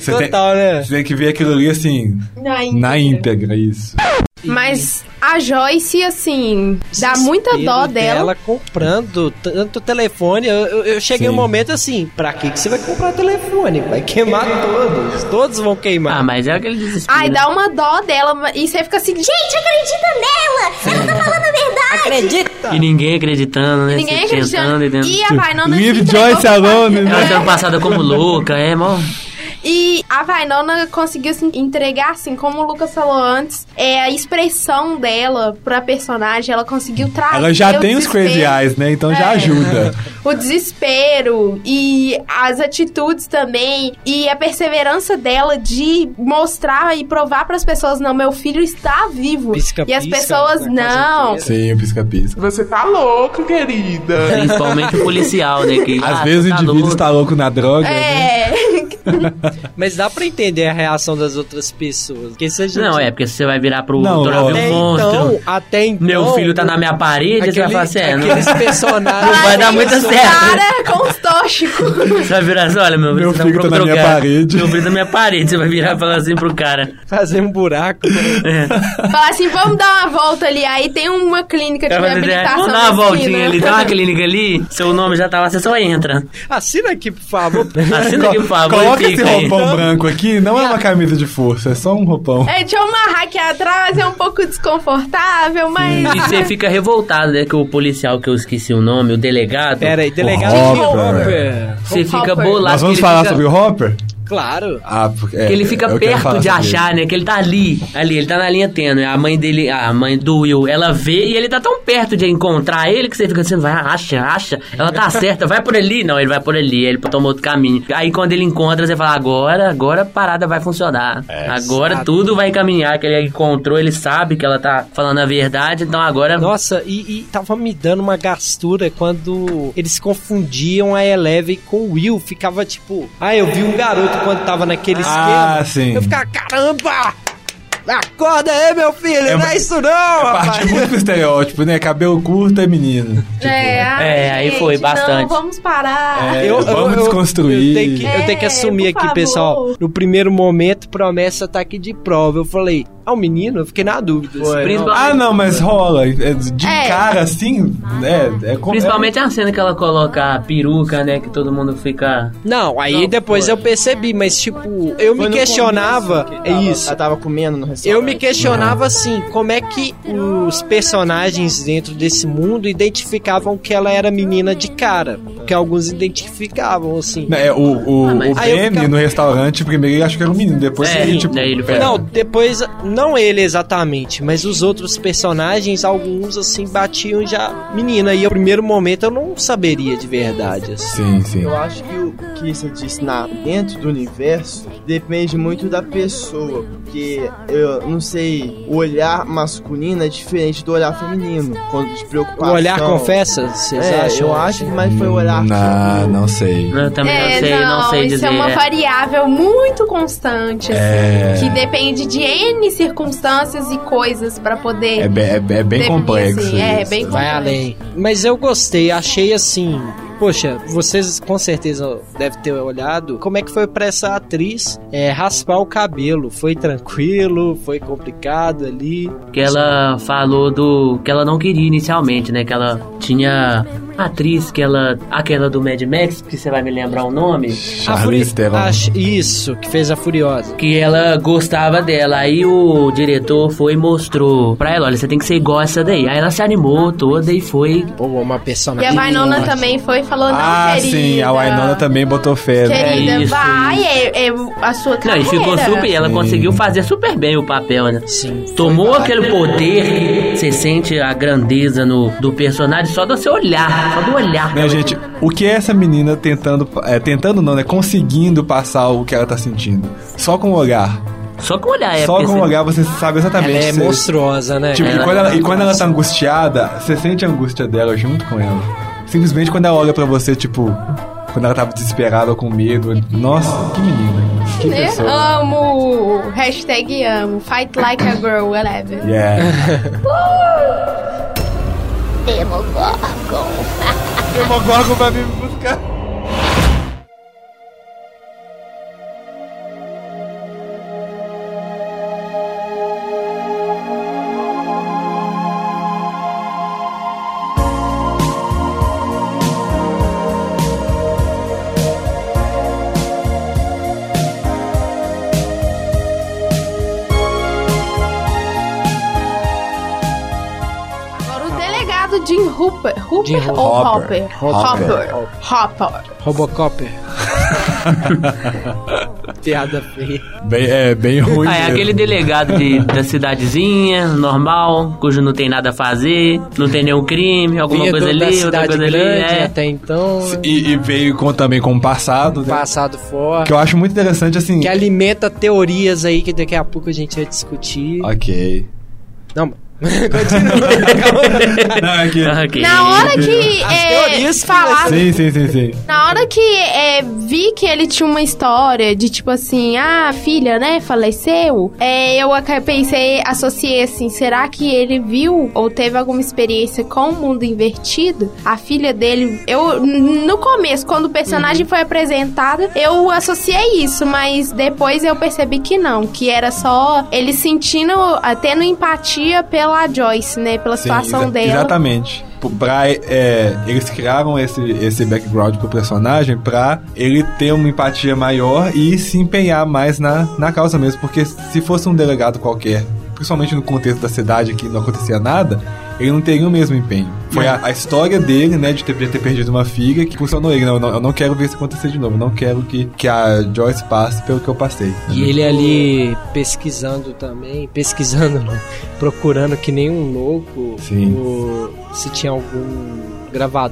Você Total, tem, né? Você tem que ver aquilo ali assim, Na íntegra. na íntegra, isso. Mas a Joyce, assim, dá muita dó dela. Ela comprando tanto telefone, eu, eu- eu cheguei um momento assim, pra que, que você vai comprar telefone? Vai queimar todos, todos vão queimar. Ah, mas é aquele desespero. Ai, dá uma dó dela. E você fica assim, gente, acredita nela! Ela tá falando a verdade! Acredita! E ninguém acreditando, né? Ninguém Se tentando acreditando. e E tentando. a Vainona se Leave entregou Joyce pra alone, Ela né? sendo passada como louca, é, mó. E a Vainona conseguiu se entregar, assim, como o Lucas falou antes, é a expressão dela pra personagem, ela conseguiu trazer. Ela já o tem os Ah, desespero, crazy eyes, né? Então já É. ajuda. O desespero e as atitudes também, e a perseverança dela de mostrar e provar pras pessoas: não, meu filho está vivo. e as pisca pessoas, não. Sim, o pisca-pisca. Você tá louco, querida. Principalmente o policial, né? Que, Às ah, vezes você o tá indivíduo louco. está louco na droga. É. Uhum. Ah, Mas dá pra entender a reação das outras pessoas. Porque se a gente... Não, é, porque você vai virar pro Não, doutor lógico. É, Abel Até monstro. então, até então... Meu filho tá na minha parede, você vai falar assim, é, não- Aqueles personagens... Não vai dar muito certo. Para com os tóxicos. Você vai virar assim, olha, meu, meu filho tá na minha parede. Meu filho tá na minha parede, você vai virar e falar assim pro cara. É. Fazer um buraco. Falar assim, vamos dar uma volta ali. Aí tem uma clínica de Cara, vai dizer, reabilitação. Vamos dar uma na voltinha esquina. né?" ali, dá uma clínica ali, seu nome já tá lá, você só entra. Assina aqui, por favor. Assina aqui, por favor, Coloca e esse fica aí. roupão branco aqui, não é uma camisa de força, é só um roupão. É, deixa eu amarrar aqui atrás, é um pouco desconfortável, mas. E você fica revoltado, né? Que o policial que eu esqueci o nome, o delegado. Pera aí, delegado Hopper. Hopper. Você fica Hopper. bolado. Nós que vamos ele falar um fica- sobre o Hopper? Claro. Ah, porque. que ele fica perto de achar, né? Que ele tá ali, ali, ele tá na linha tênue. A mãe dele, a mãe do Will, ela vê e ele tá tão perto de encontrar ele que você fica dizendo, vai, acha, acha. Ela tá certa, vai por ali. Não, ele vai por ali, ele toma outro caminho. Aí quando ele encontra, você fala, agora, agora a parada vai funcionar. agora sabe. tudo vai encaminhar, que ele encontrou, ele sabe que ela tá falando a verdade, então agora... Nossa, e, e tava me dando uma gastura quando eles confundiam a Eleven com o Will. Ficava tipo, ah, eu vi um garoto quando tava naquele esquema. Ah, sim. Eu ficava, caramba! Acorda aí, meu filho, não é isso não, Parte rapaz! muito pro estereótipo, né? Cabelo curto é menino. tipo, né? É, ai, É, aí gente, foi Não, bastante. vamos parar. É, vamos Eu desconstruir. tenho que, eu tenho que assumir É, por aqui, favor. pessoal. No primeiro momento, promessa tá aqui de prova. Eu falei, ah, o menino? Eu fiquei na dúvida. assim. Ah, não, mas rola. é De É. Ah, tá. cara assim, é, é com- Principalmente a cena que ela coloca a peruca, né? Que todo mundo fica... Não, aí depois eu percebi, mas tipo, eu me questionava. é isso. Ela tava comendo no restaurante. Eu me questionava assim, como é que os personagens dentro desse mundo identificavam que ela era menina de cara? Porque alguns identificavam, assim. Não, É, o, o, Ah, mas- o Aí eu Benny ficava- no restaurante, primeiro ele acha que era um menino, depois É, ele, sim, tipo. daí é. Não, depois, não ele exatamente, mas os outros personagens, alguns assim, batiam já menina. E o primeiro momento eu não saberia de verdade. assim. Sim, sim. Eu acho que o que você disse na, dentro do universo depende muito da pessoa. Porque eu não sei, o olhar masculino é diferente do olhar feminino. Quando de preocupação. O olhar confessa, vocês um é, acham? Eu acho que mais foi o olhar. Ah, não sei. Eu também É, não sei, não, sei isso dizer. é uma é. variável muito constante, assim, É. que depende de N circunstâncias e coisas pra poder. É, bem- é, bem- é bem Definir, complexo. assim, é, isso. bem Vai além. Mas eu gostei, achei assim. Poxa, vocês com certeza devem ter olhado como é que foi pra essa atriz é, raspar o cabelo. Foi tranquilo, foi complicado ali. Que ela falou do que ela não queria inicialmente, né? Que ela tinha a atriz que ela. aquela do Mad Max, que você vai me lembrar o nome. A Furi- a- Isso, que fez a Furiosa. Que ela gostava dela. Aí o diretor foi e mostrou pra ela: olha, você tem que ser igual essa daí. Aí ela se animou toda e foi. Pô, uma E personagem. a Vainona também foi e é falou, não, Ah, querida. sim, a Wainona também botou fé. né? Querida, vai, é, é a sua Não, carreira. e ficou super. Ela conseguiu fazer super bem o papel, né? Sim. Tomou aquele poder. Você sente a grandeza no, do personagem só do seu olhar. Só do olhar. Né, gente, o que é essa menina tentando, é, tentando não, né? Conseguindo passar o que ela tá sentindo. Só com o olhar. Só com olhar, é. Só porque com o você- olhar você sabe exatamente. Ela é se- monstruosa, né? Tipo, Ela e, quando é ela, e quando ela monstruosa. tá angustiada, você sente a angústia dela junto com ela. Simplesmente quando ela olha pra você, tipo, quando ela tava desesperada ou com medo. Nossa, que menina. Que Né? Ah. pessoa. Amo. Hashtag amo. Fight like a girl, whatever. Yeah. Demogorgon. Demogorgon vai vir me buscar. Agora o delegado Jim Hooper. Hooper Jim ou Hopper. Hopper? Hopper. Hopper. Hopper. Robocopper. Piada feia. Bem, é bem ruim. Ah, é mesmo. aquele delegado de- da cidadezinha, normal, cujo não tem nada a fazer, não tem nenhum crime, alguma Vinha coisa do- da ali, outra cidade coisa ali. grande É. até então. E, e veio com, também com o passado, né? Passado fora. Que eu acho muito interessante, assim. Que alimenta teorias aí que daqui a pouco a gente vai discutir. Ok. Não, continua. Não, é que... Ah, Na hora que é, falaram Sim, sim, sim, sim. Na hora que é, vi que ele tinha uma história de tipo assim, ah, filha, né, faleceu, é, eu aca- pensei, associei assim, será que ele viu ou teve alguma experiência com o mundo invertido? A filha dele, eu, n- no começo, quando o personagem foi apresentado, eu associei isso, mas depois eu percebi que não, que era só ele sentindo, ah, tendo empatia pela Joyce, né, pela Sim, situação exa- dela. Exatamente. Pro- Pra, é, eles criaram esse, esse background pro personagem pra ele ter uma empatia maior e se empenhar mais na, na causa mesmo. Porque se fosse um delegado qualquer, principalmente no contexto da cidade que não acontecia nada, ele não teria o mesmo empenho. Foi a, a história dele, né, de ter, de ter perdido uma filha que funcionou ele. Não, eu não, eu não quero ver isso acontecer de novo. Eu não quero que, que a Joyce passe pelo que eu passei. E ele ali pesquisando também, pesquisando, não, procurando que nem um louco Sim. o- se tinha algum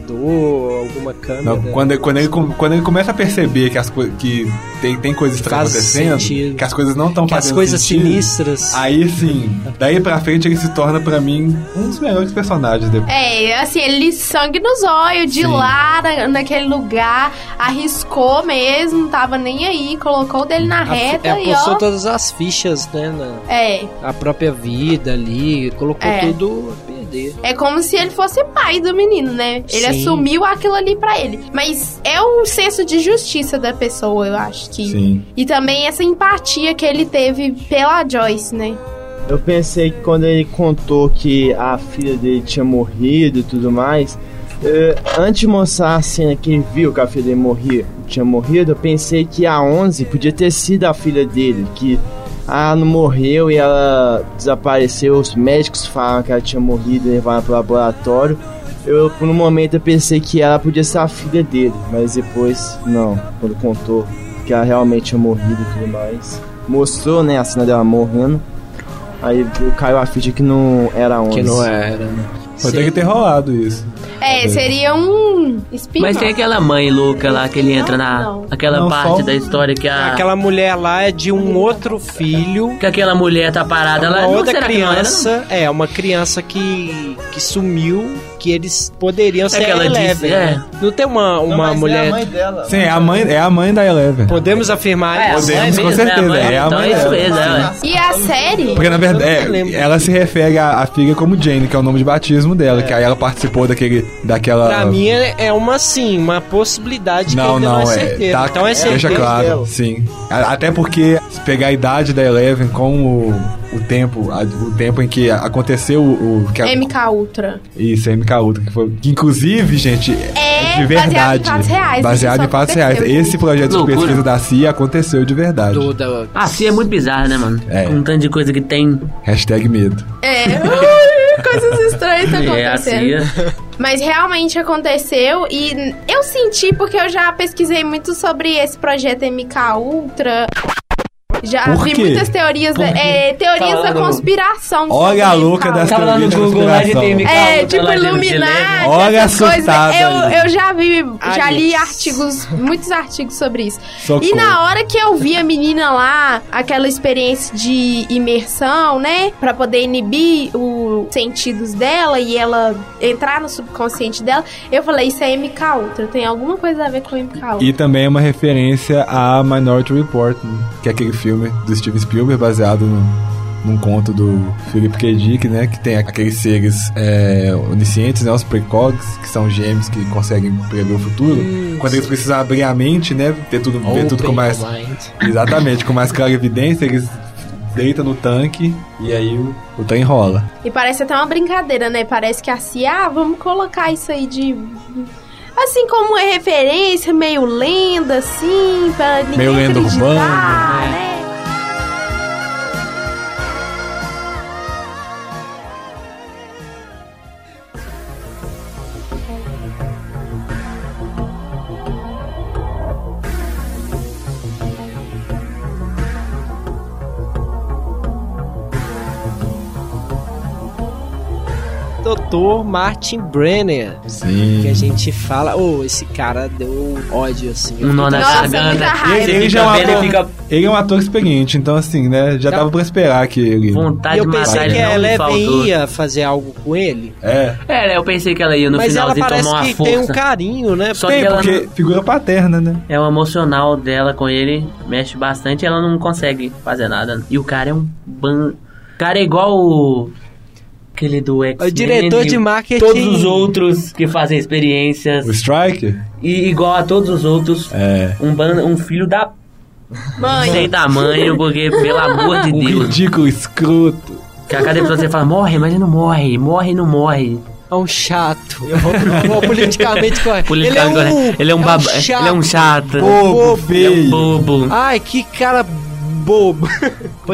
gravador, alguma câmera. Não, quando, quando, ele, com- quando ele começa a perceber que, as coi- que tem, tem coisas estranhas Faz acontecendo, sentido. que as coisas não estão Que as fazendo coisas sentido, sinistras. Aí sim, daí pra frente ele se torna pra mim um dos melhores personagens depois. É, assim, ele sangue nos olhos, de Sim. lá, na- naquele lugar, arriscou mesmo, não tava nem aí, colocou o dele na Assim, A fi- reta é, e apostou ó. todas as fichas, né? Na, É. a própria vida ali, colocou É. tudo a perder. É como se ele fosse pai do menino, né? Ele Sim. assumiu aquilo ali pra ele. Mas é um senso de justiça da pessoa, eu acho que. Sim. E também essa empatia que ele teve pela Joyce, né? Eu pensei que quando ele contou que a filha dele tinha morrido e tudo mais, eh, antes de mostrar a cena que ele viu que a filha dele morria, tinha morrido, eu pensei que a 11 podia ter sido a filha dele, que ela não morreu e ela desapareceu, os médicos falam que ela tinha morrido e levaram pro laboratório. Eu, por um momento, eu pensei que ela podia ser a filha dele, mas depois, não, quando contou que ela realmente tinha morrido e tudo mais. Mostrou, né, a cena dela morrendo. Aí caiu a ficha que não era 11. Que não era, né? Mas tem que ter rolado isso. É, seria um espinho. Mas tem aquela mãe louca lá que ele entra na. Não. Aquela Não, parte só- da história que a. Aquela mulher lá é de um outro filho. Que aquela mulher tá parada lá. Uma Não, outra será que não era, criança, é, uma criança que, que sumiu, que eles poderiam ser que ela Eleven. disse, é. né? Não tem uma, uma mulher. dela. Tá Sim, é a mãe, é a mãe da Eleven. Podemos afirmar É, isso? a mãe Podemos, com mesmo, né? certeza, é a mãe, é a então mãe é isso dela. mesmo, é. E a série? Porque na verdade, é, ela se refere à, à filha como Jane, que é o nome de batismo dela, que aí ela participou daquele, daquela. Pra mim é é uma sim, uma possibilidade que ainda Não, um não, não é é. certeza. tá- então é certeza. Deixa claro, sim. A- Até porque, se pegar a idade da Eleven com o, o tempo, a- o tempo em que aconteceu o. o que a- MK Ultra. Isso, MK Ultra, que foi. Que inclusive, gente, é, de baseado em verdade. fatos reais, Baseado isso em só fatos reais. aconteceu. Esse projeto Loucura. de pesquisa da CIA aconteceu de verdade. Toda. Ah, sim, é muito bizarro, né, mano? É. Com Um tanto de coisa que tem. Hashtag medo. É, Ai, coisas estranhas estão É, a Tá acontecendo. CIA. Mas realmente aconteceu e eu senti porque eu já pesquisei muito sobre esse projeto MK Ultra. Já Por vi quê? muitas teorias, da- é, teorias da Fala, Lu. conspiração. Olha a louca das Tava lá teorias no de Google, lá de conspiração. TMK, É, tipo Illuminati, né? Olha essas coisas. assustada Eu, aí. eu já vi, já Aliens. li artigos, muitos artigos sobre isso. Socorro. E na hora que eu vi a menina lá, aquela experiência de imersão, né? Pra poder inibir os sentidos dela e ela entrar no subconsciente dela, eu falei, isso é MK Ultra, tem alguma coisa a ver com MK Ultra. E também é uma referência a Minority Report, né? que é aquele filme do Steven Spielberg baseado no- num conto do Philip K. Dick, né? Que tem aqueles seres é, oniscientes, né? Os precogs, que são gêmeos que conseguem prever o futuro. Hum, Quando eles sim. precisam abrir a mente, né? Ver tudo, ver tudo é. com Open mais... your mind. Exatamente, com mais clara evidência, eles deitam no tanque e aí o, o trem rola. E parece até uma brincadeira, né? Parece que a CIA, ah, vamos colocar isso aí de. Assim como é referência, meio lenda, assim, pra ninguém Meio lenda acreditar, urbana, né? Doutor Martin Brenner. Sim. Que a gente fala, ô, esse cara deu ódio, assim. Um nó na Nossa, garganta. muita raiva. Ele, Ele já é um fica ator, velho, ele ele é um ator experiente, então assim, né? Já dava pra esperar que ele. E eu pensei que a não me faltou. Eleven ia fazer algo com ele. É. É, eu pensei que ela ia no Mas ela finalzinho parece tomar uma que força. tem um carinho, né? Só que ela não- Figura paterna, né? É o emocional dela com ele, mexe bastante, ela não consegue fazer nada. E o cara é um ban... O cara é igual o... Aquele do x O diretor de marketing. Todos os outros que fazem experiências. O Strike? E igual a todos os outros. É. Um, ban... um filho da... Mãe. Sem tamanho, porque pelo amor de Um Deus. ridículo escroto. Que a cada episódio você fala, morre, mas ele não morre, morre, não morre. É um chato. Bom, politicamente correto. Politicamente ele é um, correto. Ele é um baba- ele é um chato. Bobo. Ele é um bobo. Ai, que cara bobo.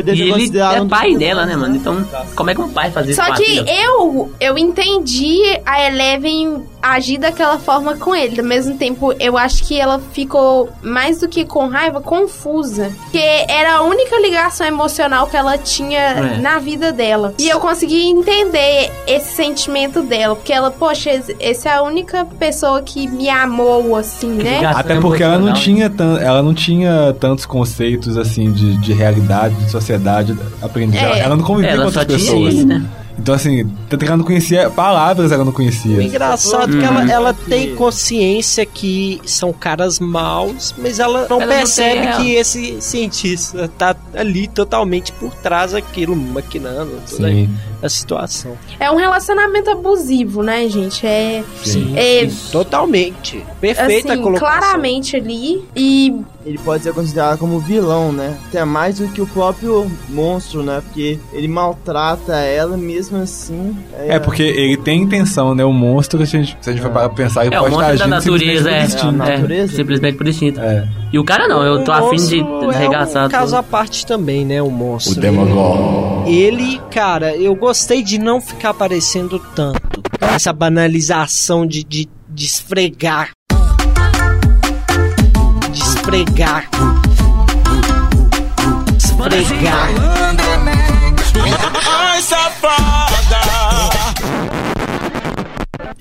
e ele é um pai dela, né, mano? Então, como é que um pai faz isso Só com a que filha? eu, eu entendi a Eleven agir daquela forma com ele. Ao mesmo tempo, eu acho que ela ficou, mais do que com raiva, confusa. Porque era a única ligação emocional que ela tinha É. na vida dela. E eu consegui entender esse sentimento dela. Porque ela, poxa, esse- essa é a única pessoa que me amou, assim, né? É um Até porque ela não tinha né? tan- ela não tinha tantos conceitos assim de, de realidade, de sociedade aprendida. É. Ela- Ela não convivia Ela com só outras tinha pessoas. ele, né? Então assim, tanto que ela não conhecia palavras, ela não conhecia. O engraçado é que Uhum. ela, ela tem consciência que são caras maus, mas ela não Ela não percebe tem ela. que esse cientista tá ali totalmente por trás daquilo, maquinando toda Sim. a situação. É um relacionamento abusivo, né, gente? É. Sim. é Totalmente. Perfeita assim, a colocação. claramente ali. E Ele pode ser considerado como vilão, né? Até mais do que o próprio monstro, né? Porque ele maltrata ela mesmo assim. É porque ele tem intenção, né? O monstro, se a gente, se a gente for parar pra pensar, ele É, o pode estar monstro da agindo natureza, é. simplesmente por instinto. É, Simplesmente por instinto. É. E o cara não, eu tô O afim de monstro é arregaçar um caso tudo. à parte também, né? O monstro. O Demogorgon. Ele, cara, eu gostei de não ficar aparecendo tanto. Essa banalização de, de, de esfregar. De esfregar. Esfregar. Ai, safada!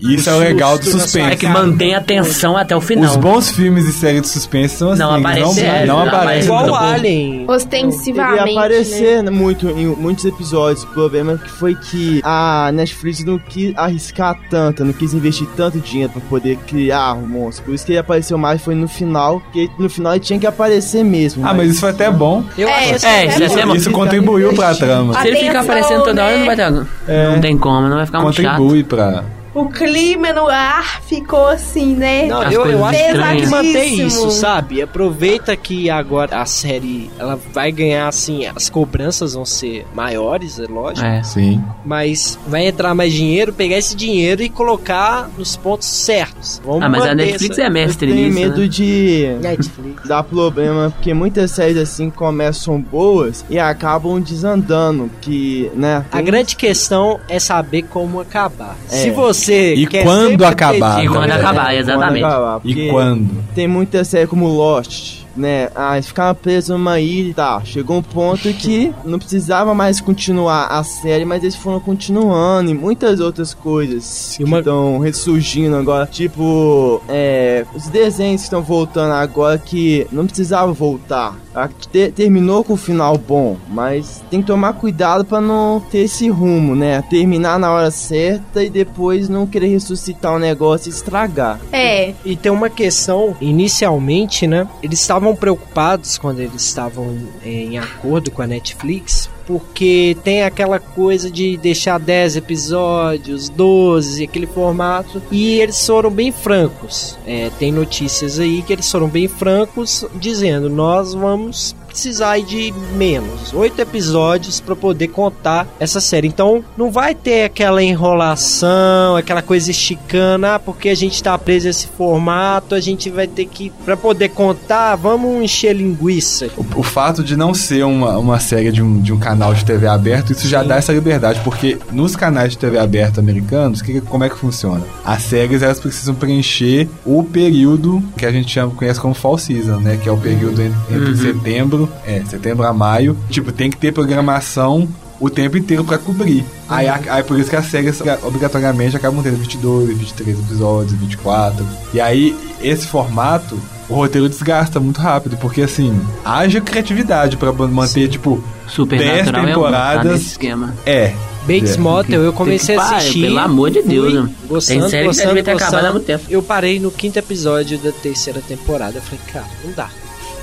Isso é o legal do suspense. É que mantém a tensão até o final. Os bons filmes e séries de suspense são assim. Não aparece, não, é, não não aparece. aparece. não. Igual o Alien. Ostensivamente. Ele ia aparecer né? muito em muitos episódios. O problema é que foi que a Netflix não quis arriscar tanto, não quis investir tanto dinheiro pra poder criar o monstro. Por isso que ele apareceu mais foi no final, porque no final ele tinha que aparecer mesmo. né? Ah, mas isso foi até bom. Eu assim, acho isso é, isso é bom. Isso contribuiu pra trama. Se ele ficar aparecendo toda né? hora, não vai dar. Não tem como, não vai ficar um muito chato. É. Contribui pra. O clima no ar ficou assim, né? Não, eu, eu acho que tem que manter isso, sabe? Aproveita que agora a série ela vai ganhar, assim, as cobranças vão ser maiores, é lógico. É. Sim. Mas vai entrar mais dinheiro, pegar esse dinheiro e colocar nos pontos certos. Vamos Ah, mas a manter Netflix essa- é mestre Eu tenho nisso, medo né? de Netflix. dar problema, porque muitas séries assim começam boas e acabam desandando, que, né? A grande questão é saber como acabar. É. Se você E quer quando sempre acabar, ter E dinheiro- quando acabar, É, exatamente. quando acabar, E porque quando? Tem muita série como Lost, né? Ah, eles ficavam presos numa ilha e tal. Chegou um ponto que não precisava mais continuar a série, mas eles foram continuando e muitas outras coisas que estão ressurgindo agora. Tipo, é, os desenhos que estão voltando agora que não precisava voltar. Ah, te- terminou com o final bom, mas tem que tomar cuidado pra não ter esse rumo, né? Terminar na hora certa e depois não querer ressuscitar o negócio e estragar. É. E tem uma questão, inicialmente, né? Eles estavam preocupados quando eles estavam é, em acordo com a Netflix, porque tem aquela coisa de deixar 10 episódios, 12, aquele formato, e eles foram bem francos. É, tem notícias aí que eles foram bem francos, dizendo: nós vamos precisar de menos, oito episódios para poder contar essa série. Então não vai ter aquela enrolação, aquela coisa esticana, ah, porque a gente tá preso a esse formato, a gente vai ter que para poder contar, vamos encher linguiça. O fato de não ser uma, uma série de um, de um canal de TV aberto, isso já dá essa liberdade, porque nos canais de TV aberto americanos, que, como é que funciona? As séries elas precisam preencher o período que a gente chama, conhece como fall season, né? Que é o período en- entre Uhum. setembro, é, setembro a maio. Tipo, tem que ter programação o tempo inteiro pra Uhum. cobrir. Aí, a- aí por isso que as séries obrigatoriamente acabam tendo 22, 23 episódios, 24. E aí, esse formato, o roteiro desgasta muito rápido, porque assim, haja criatividade pra manter, tipo, 10 Supernatural é um tá nesse temporadas. Uhum. esquema. É. Bates É. Motel, eu Tem comecei que a parar, assistir. pelo amor de Deus, fui né? Gostando, Tem série que já gostando, devia ter gostando. acabado há muito tempo. Eu parei no quinto episódio da terceira temporada. Eu falei, cara, não dá.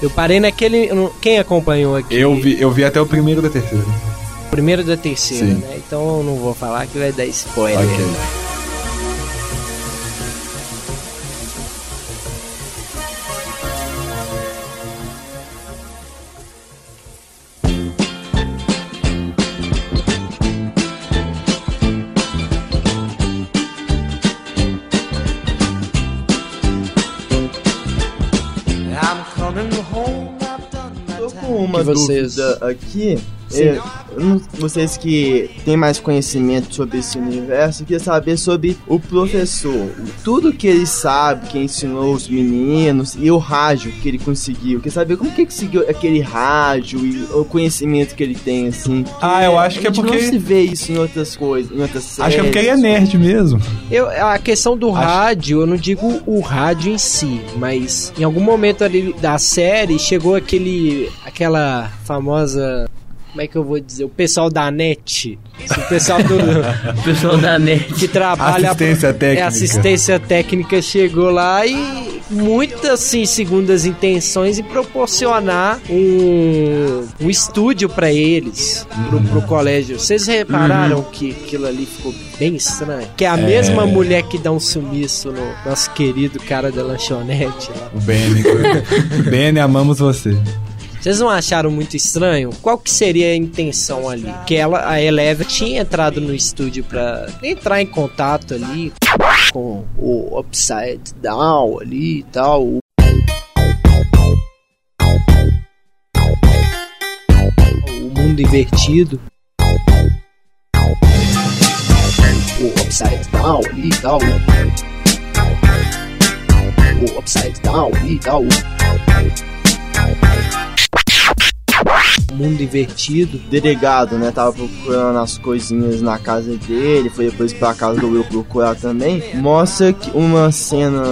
Eu parei naquele. no- Quem acompanhou aqui? Eu vi, eu vi até o primeiro da terceira. O Primeiro da terceira, Sim. né? Então eu não vou falar que vai dar spoiler. Ok. Tô com uma Que vocês- dúvida aqui. Sim. É, eu não- vocês que têm mais conhecimento sobre esse universo, eu queria saber sobre o professor. Tudo que ele sabe, que ensinou os meninos e o rádio que ele conseguiu. Eu queria saber como que ele conseguiu aquele rádio e o conhecimento que ele tem, assim. Ah, eu acho que é A gente porque- não se vê isso em outras coisas, em outras séries. Acho que é porque ele é nerd mesmo. Eu, a questão do rádio, eu não digo o rádio em si, mas em algum momento ali da série chegou aquele. aquela famosa. Como é que eu vou dizer? O pessoal da net. O pessoal do. O pessoal da net. que trabalha. Assistência técnica. É, assistência técnica chegou lá e muitas, assim, segundas intenções e proporcionar um, um estúdio pra eles, Uhum. pro, pro colégio. Vocês repararam Uhum. que aquilo ali ficou bem estranho? Que é a É. mesma mulher que dá um sumiço no nosso querido cara da lanchonete lá. O Benny. Benny, amamos você. Vocês não acharam muito estranho? Qual que seria a intenção ali? Que ela, a Eleva tinha entrado no estúdio pra entrar em contato ali com o Upside Down ali e tal. O o mundo invertido. O Upside Down ali e tal. O Upside Down ali e tal. mundo invertido. Delegado, né? Tava procurando as coisinhas na casa dele, foi depois pra casa do Will procurar também. Mostra que uma cena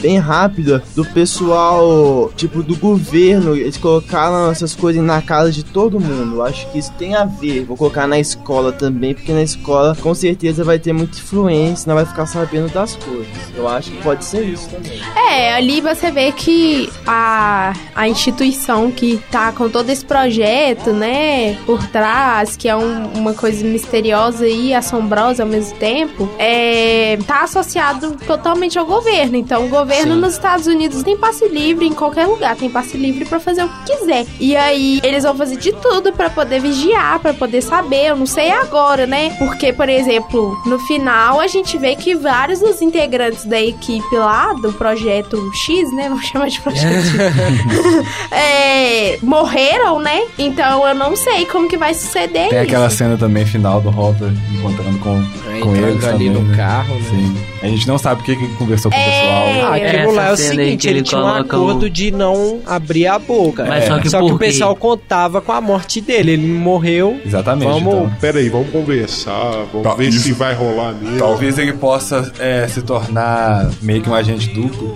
bem rápida do pessoal, tipo, do governo. Eles colocaram essas coisas na casa de todo mundo. Eu Acho que isso tem a ver. Vou colocar na escola também, porque na escola com certeza vai ter muita influência, não vai ficar sabendo das coisas. Eu acho que pode ser isso também. É, ali você vê que a, a instituição que tá com todo esse projeto, né, por trás, que é um- uma coisa misteriosa e assombrosa ao mesmo tempo, é, tá associado totalmente ao governo. Então, o governo Sim. nos Estados Unidos tem passe livre em qualquer lugar, tem passe livre pra fazer o que quiser. E aí, eles vão fazer de tudo pra poder vigiar, pra poder saber. Eu não sei agora, né? Porque, por exemplo, no final a gente vê que vários dos integrantes da equipe lá do projeto X, né? Vamos chamar de projeto X. É, morreram, né? Então eu não sei como que vai É suceder Tem isso. aquela cena também final do Hopper encontrando com, Tá É, com entrando eles ali também, no né? carro, né? Sim. A gente não sabe o que que conversou com o pessoal. Ah, aquilo lá é o Essa cena aí seguinte, que ele, ele tinha um coloca o- acordo de não abrir a boca. Mas É. só que o por quê? pessoal contava com a morte dele, ele morreu. Exatamente. então. Vamos... Peraí, vamos conversar, vamos ver se vai rolar mesmo. Talvez ele possa é, se tornar meio que um agente duplo.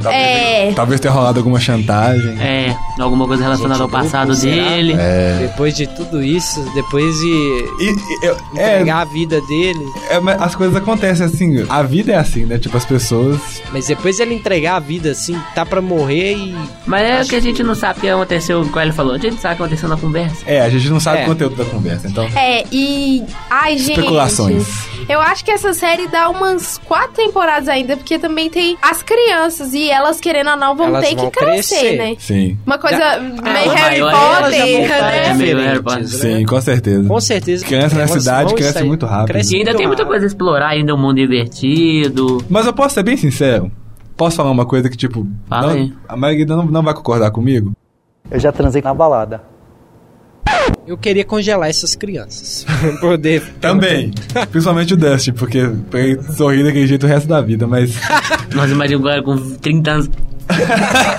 Talvez, É. talvez tenha rolado alguma chantagem. É, alguma coisa relacionada ao passado dele. É. Depois de tudo isso, depois de entregar a vida dele. É, mas as coisas acontecem assim, a vida é assim, né? Tipo, as pessoas. Mas depois ele entregar a vida, assim, tá pra morrer e... Mas é que a gente não sabe o que aconteceu, o que ele falou. A gente sabe o que aconteceu na conversa. É, a gente não sabe É. o conteúdo da conversa, então. É, e. Ai, gente. Especulações. Eu acho que essa série dá umas quatro temporadas ainda, porque também tem as crianças e elas, querendo ou não, vão Elas ter vão que crescer, crescer. né? Sim. Uma coisa Da- É meio Ah, Harry maior, Potter, elas já vão né? estar É meio Harry diferentes, Potter. Sim, com certeza. Com certeza. Criança nessa Elas idade vão cresce sair- muito rápido. né? cresce E ainda muito tem muita rápido. coisa a explorar, ainda é um mundo invertido. Mas eu posso ser bem sincero. Posso falar uma coisa que, tipo, Fala não- aí. a maioria não, não vai concordar comigo? Eu já transei na balada. Eu queria congelar essas crianças. Poder. Também. Principalmente o Dusty, porque pra ele sorrir daquele jeito o resto da vida, mas. Nós imaginamos agora com 30 anos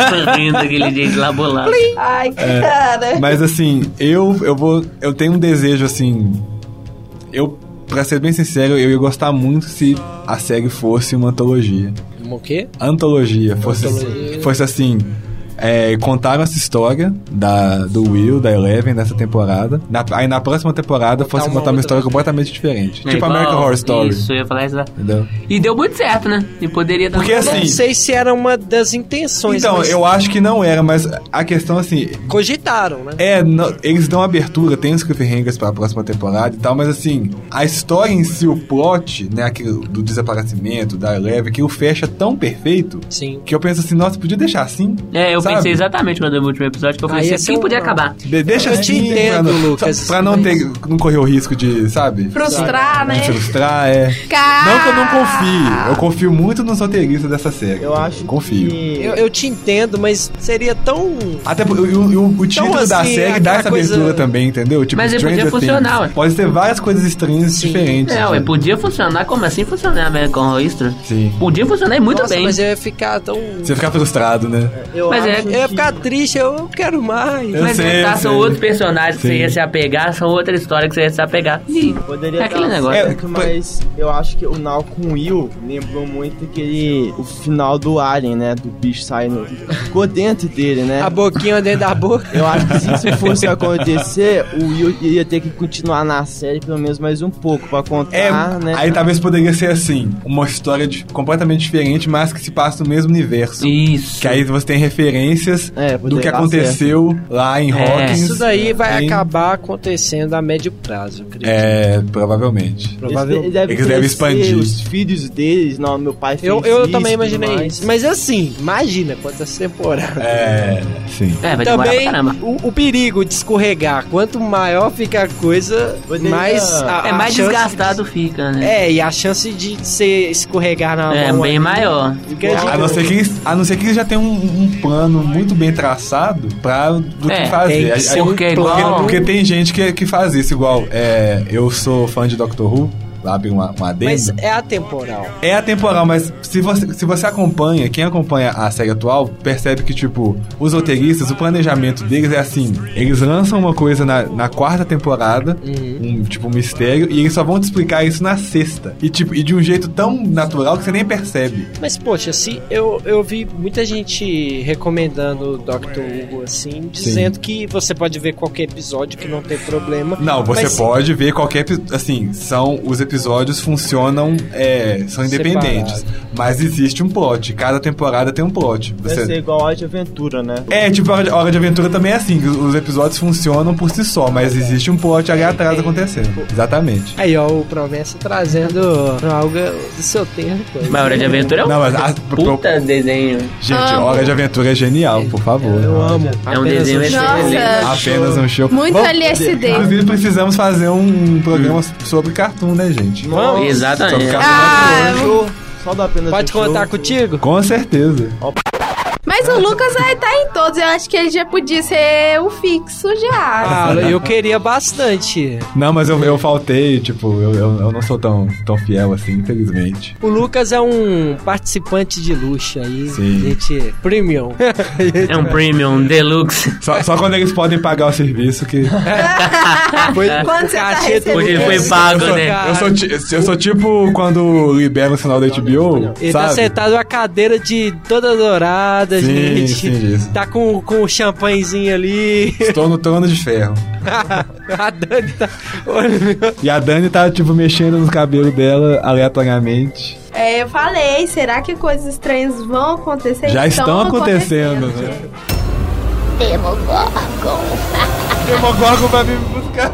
sorrindo daquele jeito lá bolado. Ai, É, Mas assim, eu, eu vou. Eu tenho um desejo assim. Eu, pra ser bem sincero, eu ia gostar muito se a série fosse uma antologia. Uma o quê? Antologia, fosse, Antologia. fosse assim. É, contaram essa história da, do Will, da Eleven, nessa temporada. Na- aí na próxima temporada fosse uma contar uma história completamente diferente. É tipo igual- American Horror Story. Isso, eu ia falar isso lá. Entendeu? E deu muito certo, né? E poderia dar Porque, muito assim, Não sei se era uma das intenções. Então, mas eu acho que não era, mas a questão assim. Cogitaram, né? É, não- eles dão abertura, tem os cliffhangers pra próxima temporada e tal, mas assim, a história em si, o plot, né, aquilo do desaparecimento, da leve, aquilo fecha tão perfeito Sim. que eu penso assim, nossa, podia deixar assim. É, eu sabe? pensei exatamente quando eu vi o último episódio, que eu Aí pensei ia assim, ser quem um- podia acabar? De- deixa Eu te assim, pra entendo, não, Lucas, só- Pra não, ter, não correr o risco de, sabe? Frustrar, né? De frustrar, é. Cara. Não que eu não confie, eu confio muito nos roteiristas dessa série. Eu acho. Confio. Eu, eu te entendo, mas seria tão. Até porque o, o- o título Então, da assim, série dá aquela essa coisa- é abertura também, entendeu? Tipo, Mas ele podia Stranger funcionar, Things. ué. Pode ter várias coisas estranhas diferentes. É, ué, sabe? podia funcionar, como assim funcionar American Horror Story? Sim. Podia funcionar e muito Nossa, bem. mas eu ia ficar tão. Você ficar frustrado, né? Eu Mas é- acho eu ia ficar triste, eu quero mais. mas sei, tá, eu sei. são outros personagens que Sim. você ia se apegar, são outra história que você ia se apegar. Sim, Poderia é aquele dar um negócio. certo, mas eu acho que o Now com Will lembrou muito aquele. O final do Alien, né? Do bicho saindo. Ficou dentro dele, né? A boquinha dentro da boca. Eu acho que se isso fosse acontecer, o Will ia ter que continuar na série pelo menos mais um pouco pra contar, É, né? aí talvez poderia ser assim, uma história de- completamente diferente, mas que se passa no mesmo universo. Isso. Que aí você tem referências É, do poderia que dar aconteceu lá em Hawkins. É. né? Isso daí vai em- acabar acontecendo a médio prazo, eu acredito. É, provavelmente. Provavelmente. Eles devem expandir. Os filhos deles, não, meu pai fez Eu, eu isso, também imaginei tudo mais. isso. Mas assim, imagina quantas temporadas. É, sim. É, vai demorar pra Também caramba. o, o perigo de escorregar, quanto maior fica a coisa, Poderia- mais. A, é a mais chance- desgastado fica, né? É, e a chance de ser escorregar na É, mão bem ali maior. fica de- A não, ser Ah, que, eles- a não ser que eles já tenham um, um plano muito bem traçado pra do É, que fazer. tem que Aí- ser aí- um porque, plano. porque tem gente que, que faz isso igual. É, eu sou fã de Doctor Who, lá abre uma, uma adendo. Mas é atemporal. É atemporal, mas se você, se você acompanha, quem acompanha a série atual, percebe que, tipo, os roteiristas, o planejamento deles é assim: eles lançam uma coisa na, na quarta temporada, um, tipo, um mistério, e eles só vão te explicar isso na sexta. E, tipo, e de um jeito tão natural que você nem percebe. Mas, poxa, se eu, eu vi muita gente recomendando o Dr. Hugo assim, dizendo que você pode ver qualquer episódio que não tem problema. Não, você mas- pode ver qualquer. epi- Assim, são. Os episódios funcionam. é, são independentes. Mas existe um plot. Cada temporada tem um plot. Deve Você- ser igual a de aventura, né? É, tipo, a Hora de- a Hora de Aventura também é assim, que os episódios funcionam por si só, mas existe um plot ali atrás acontecendo. Exatamente. Aí, ó, o Promessa trazendo algo do seu tempo. Mas Hora de Aventura é um Não, mas a- puta desenho. Gente, a Hora de Aventura é genial, por favor. Eu amo. É um desenho excelente. Apenas um show. Muito LSD. Inclusive, precisamos fazer um programa sobre cartoon, né, gente? Vamos. Sobre Ah! Exatamente. cartoon. Show. Só dá pena Pode contar contigo? Com certeza. Mas o Lucas vai tá em todos. Eu acho que ele já podia ser o fixo já. Ah, eu queria bastante. Não, mas eu, eu faltei, tipo, eu, eu, eu não sou tão, tão fiel assim, infelizmente. O Lucas é um participante de luxo aí. Sim. Gente, premium. É um premium deluxe. Só, só quando eles podem pagar o serviço que. Foi Quando você tá cachê do Porque ele Lucas. foi pago, né? Eu sou, ti- eu sou tipo quando libera o sinal da HBO, Ele tá sabe? sentado numa cadeira de toda dourada, Sim, gente. sim, isso. Tá com, com o champanhezinho ali. Estou no trono de ferro. A Dani tá. E a Dani tá, tipo, mexendo no cabelo dela aleatoriamente. É, eu falei, será que coisas estranhas vão acontecer? Então, Já estão acontecendo, né? Demogorgon vai vir me buscar.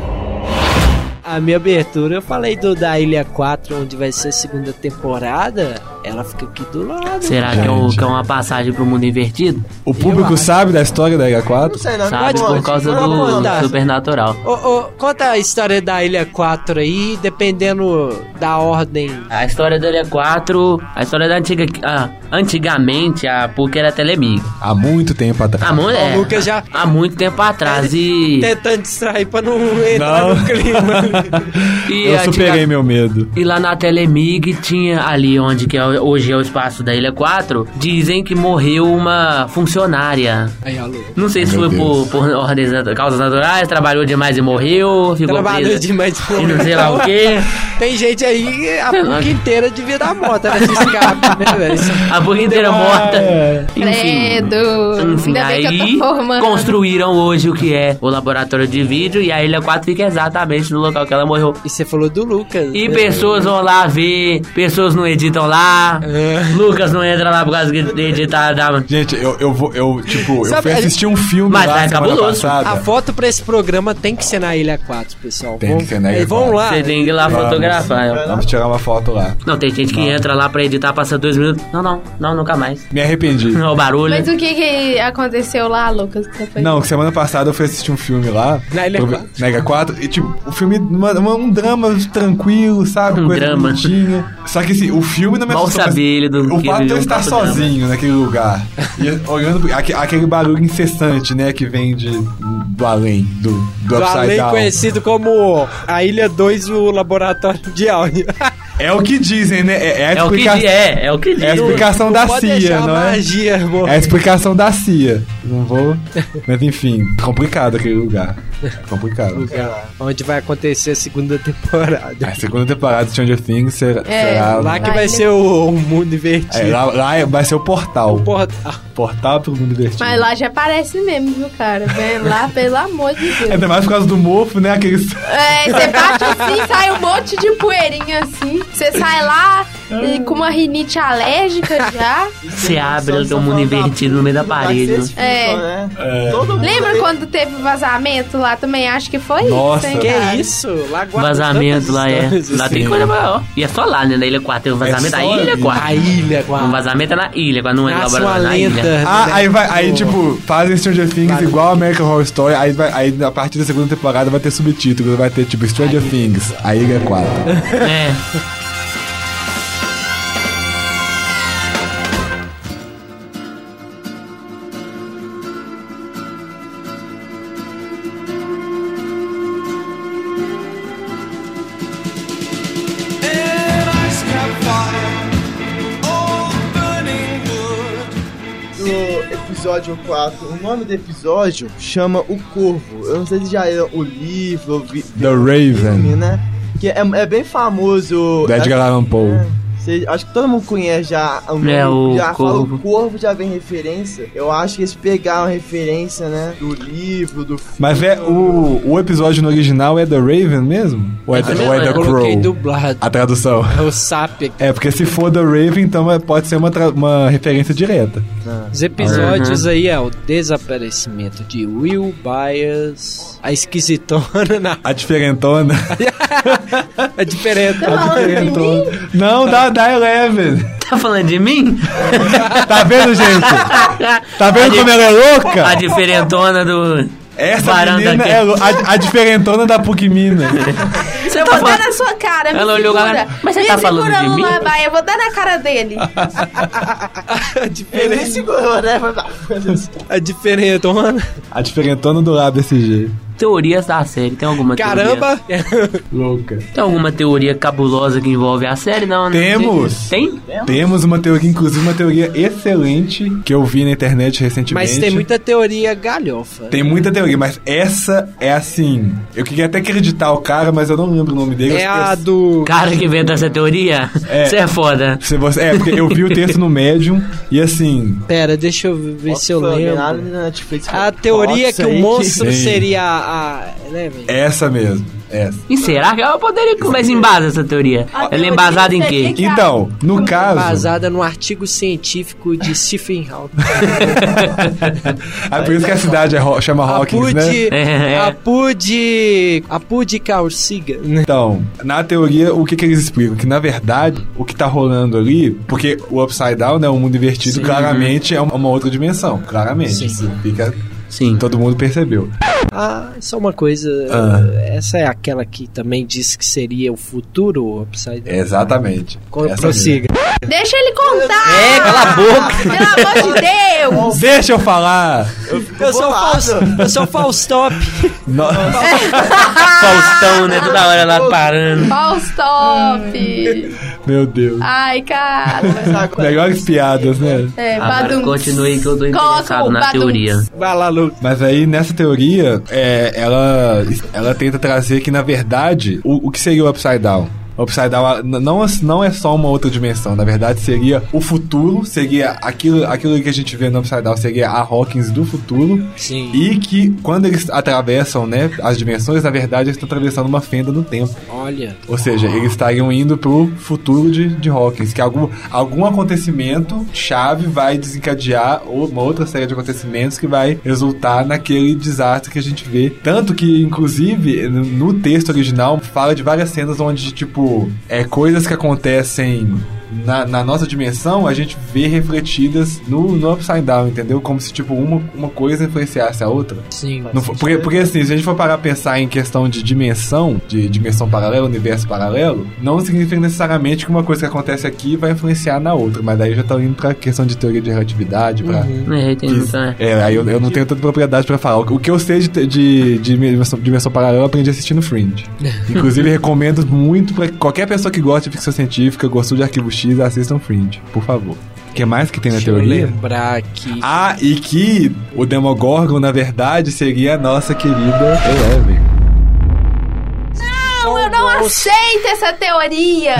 A minha abertura, eu falei do da Ilha 4, onde vai ser a segunda temporada. Ela fica aqui do lado. Será que é, o- que é uma passagem pro mundo invertido? O público sabe da história da Não H4? sei, É não. Sabe, não por pode. causa Não do conta. supernatural. Ô, ô, conta a história da Ilha 4 aí, dependendo da ordem. A história da Ilha 4, a história da antiga. ah, antigamente a PUC era telemiga. Há muito tempo atrás. Há, mu- é, O Lucas já há muito tempo atrás. E. tentando distrair pra não entrar Não. tá no clima. e Eu antiga- superei meu medo. E lá na Telemig tinha ali onde que é, o- hoje é o espaço da Ilha 4, dizem que morreu uma funcionária. aí, alô. Não sei se Meu foi por, por ordens, nat- causas naturais, trabalhou demais e morreu, ficou Trabalho presa. demais de E não sei lá o quê. Tem gente aí, a PUC inteira devia dar moto nesse escape, né, velho? Isso- A burra inteira morta. Enfim. Credo. Enfim, Ainda bem que eu aí tô formando. construíram hoje o que é o laboratório de vídeo e a Ilha 4 fica exatamente no local que ela morreu. E você falou do Lucas. E né? pessoas vão lá ver, pessoas não editam lá, É. Lucas não entra lá por causa de de editar da... Gente, eu, eu vou, eu, tipo, eu Sabe, fui a- assistir um filme Mas lá é semana cabuloso. A passada. foto pra esse programa tem que ser na Ilha 4, pessoal. Tem Vamos- que ser na Ilha Vamos 4. lá. Você tem que ir lá Vamos. fotografar. eu- Vamos tirar uma foto lá. Não, tem gente que entra lá pra editar, passa dois minutos. Não, não, não, nunca mais. Me arrependi. Não, o barulho. Mas o que, que aconteceu lá, Lucas? que você foi- Não, que semana passada eu fui assistir um filme lá. Na Ilha sobre- 4. na Ilha 4. E, tipo, o filme, uma- uma- um drama tranquilo, sabe? Um drama. bonitinha. Só que, assim, o filme não me Mal assustou, mas saber ele do O fato que de eu viveu um estar tanto drama. sozinho naquele lugar. E olhando pro- aque- aquele barulho incessante, né? Que vem de, do além, do, do, Do upside além down. conhecido como a Ilha 2, o laboratório de áudio. É o que dizem, né? É, é a É o que explica- diz, é, é o que diz. é a explicação da Pode CIA, deixar não a é? magia, irmão. É a explicação da CIA. Não vou. Mas enfim, complicado aquele lugar. Complicado. É, Onde vai acontecer a segunda temporada. A segunda temporada de Stranger Things será. será- Lá que Lá vai ele- ser o, o mundo invertido. tá. É, lá, lá é- vai ser o portal. O O portal. portal pro mundo divertido. Mas lá já parece mesmo, viu, cara? Vem lá, pelo amor de Deus. Ainda mais por causa do mofo, né? Aqueles. É, você bate assim, sai um monte de poeirinha assim. Você sai lá e com uma rinite alérgica já. Você abre, Só- ele tem um só mundo falta- invertido no meio da Vai parede. ser esse filme É. só, né? É. Todo mundo Lembra aí- quando teve vazamento lá também? Acho que foi Nossa. isso, hein, Que cara? isso? Lá é guarda Vazamento tantas lá é. histórias Lá assim. tem coisa maior. E é só lá, né? Na Ilha 4. Tem um vazamento É só da Ilha ali. 4. A ilha Um guarda. vazamento é na ilha, agora não é Nasce uma laboratório na ilha. lenda. Ah, aí vai. Aí, Do- tipo, fazem Stranger Things Claro. igual a American Horror Story. Aí, vai, aí a partir da segunda temporada vai ter subtítulo. Vai ter, tipo, Stranger Things, a Ilha 4. É. do episódio 4. O nome do episódio chama O Corvo. Eu não sei se já é o livro, o vi- The Raven, filme, né? Que é, é bem famoso. da Edgar Allan Poe. É, cê- acho que todo mundo conhece já o nome, É, o já Corvo. fala o corvo já vem referência. Eu acho que eles pegaram a referência, né? Do livro, do filme. Mas é o, o episódio no original é The Raven mesmo? Ou é, Isso The- mesmo, ou é The eu Coloquei Crow? dublado. A tradução. É o SAP. aqui. É, porque se for The Raven, então é- pode ser uma, tra- uma referência direta. Os Uhum. episódios aí é o desaparecimento de Will Byers, a esquisitona na... A diferentona. É diferente. Tá A diferentona. Não, da, da Eleven. Tá falando de mim? Tá vendo, gente? Tá vendo como ela é A louca? diferentona do. Essa varanda menina aqui. é lou- a, a diferentona da Puc Minas. você eu tá vou dar falando? na sua cara, Ela me olhou segura. lá, mas você me tá segura, falando de Lula mim? Maia, eu vou dar na cara dele. é Ele nem segurou, né? Mas- A é diferentona. A diferentona do ABCG. Teorias da série, tem alguma Caramba! teoria? Louca. Tem alguma teoria cabulosa que envolve a série? Não, né? Temos. Tem? Temos uma teoria, inclusive uma teoria excelente que eu vi na internet recentemente. Mas tem muita teoria galhofa. Tem muita teoria, mas essa é assim. Eu queria até acreditar o cara, mas eu não lembro o nome dele. É eu- a eu- do. Cara que inventa essa teoria? Você é. foda. Se você, é, porque eu vi o texto no Medium e assim. Pera, deixa eu ver se eu Nossa, olhada lembro. na Netflix. A teoria é Nossa, que o hein, monstro Sim. seria a. a- né, velho? Essa É mesmo. Essa. E será que ela poderia mas embasa essa teoria? Ela é embasada em quê? Então, no caso. Basada no artigo científico de Stephen Hawking. É por isso que a cidade é Ho- chama Ah, Hawkins, né? Pude. A Pude. A Pude Calciga. Então, na teoria, o que, que eles explicam? Que na verdade, o que tá rolando ali, porque o Upside Down, né, o mundo invertido, claramente é uma, uma outra dimensão. Claramente. Sim. Isso fica. Sim. Todo mundo percebeu. Ah, só uma coisa. Ah. Essa é aquela que também disse que seria o futuro Upside Down. Exatamente. Co- Essa é Prossiga. Deixa ele contar! É, cala a boca! Pelo amor de Deus! Deixa eu falar! Eu sou o Fausto, eu sou o Faustop. Nossa. Faustão, né? Toda hora lá parando. Ó, os top! Meu Deus. Ai, cara. Melhores piadas, né? É, Agora Badum. continue que eu tô Coloca interessado o na Badum. teoria. Vai lá, Lu. Mas aí, nessa teoria, é, ela, ela tenta trazer que, na verdade, o, o que seria o Upside Down? O Upside Down ah, n- não, é- não é só uma outra dimensão, na verdade seria o futuro, seria aquilo, aquilo que a gente vê no Upside Down, seria a Hawkins do futuro. Sim. E que quando eles atravessam né, as dimensões, na verdade eles estão atravessando uma fenda no tempo. Olha. Ou seja, eles estariam indo pro futuro de, de Hawkins, que algum, algum acontecimento chave vai desencadear ou- uma outra série de acontecimentos que vai resultar naquele desastre que a gente vê. Tanto que, inclusive, no- no texto original fala de várias cenas onde, tipo, é coisas que acontecem. Na, na nossa dimensão, a gente vê refletidas no, no Upside Down, entendeu? Como se, tipo, uma, uma coisa influenciasse a outra. Sim. Não foi- porque, porque assim, se a gente for parar a pensar em questão de dimensão, de dimensão paralela, universo paralelo, não significa necessariamente que uma coisa que acontece aqui vai influenciar na outra, mas daí já tá indo pra questão de teoria de relatividade, pra... Uhum. É, tem muita- É, aí eu, eu não tenho tanta propriedade pra falar. O que eu sei de, de, de dimensão, dimensão paralela, eu aprendi assistindo Fringe. Inclusive, recomendo muito pra qualquer pessoa que gosta de ficção científica, gostou de Arquivo X, assistam Fringe, por favor. O que mais que tem na Deixa eu teoria? lembrar que. Ah, e que o Demogorgon, na verdade, seria a nossa querida Eleven. Não, eu não aceito essa teoria!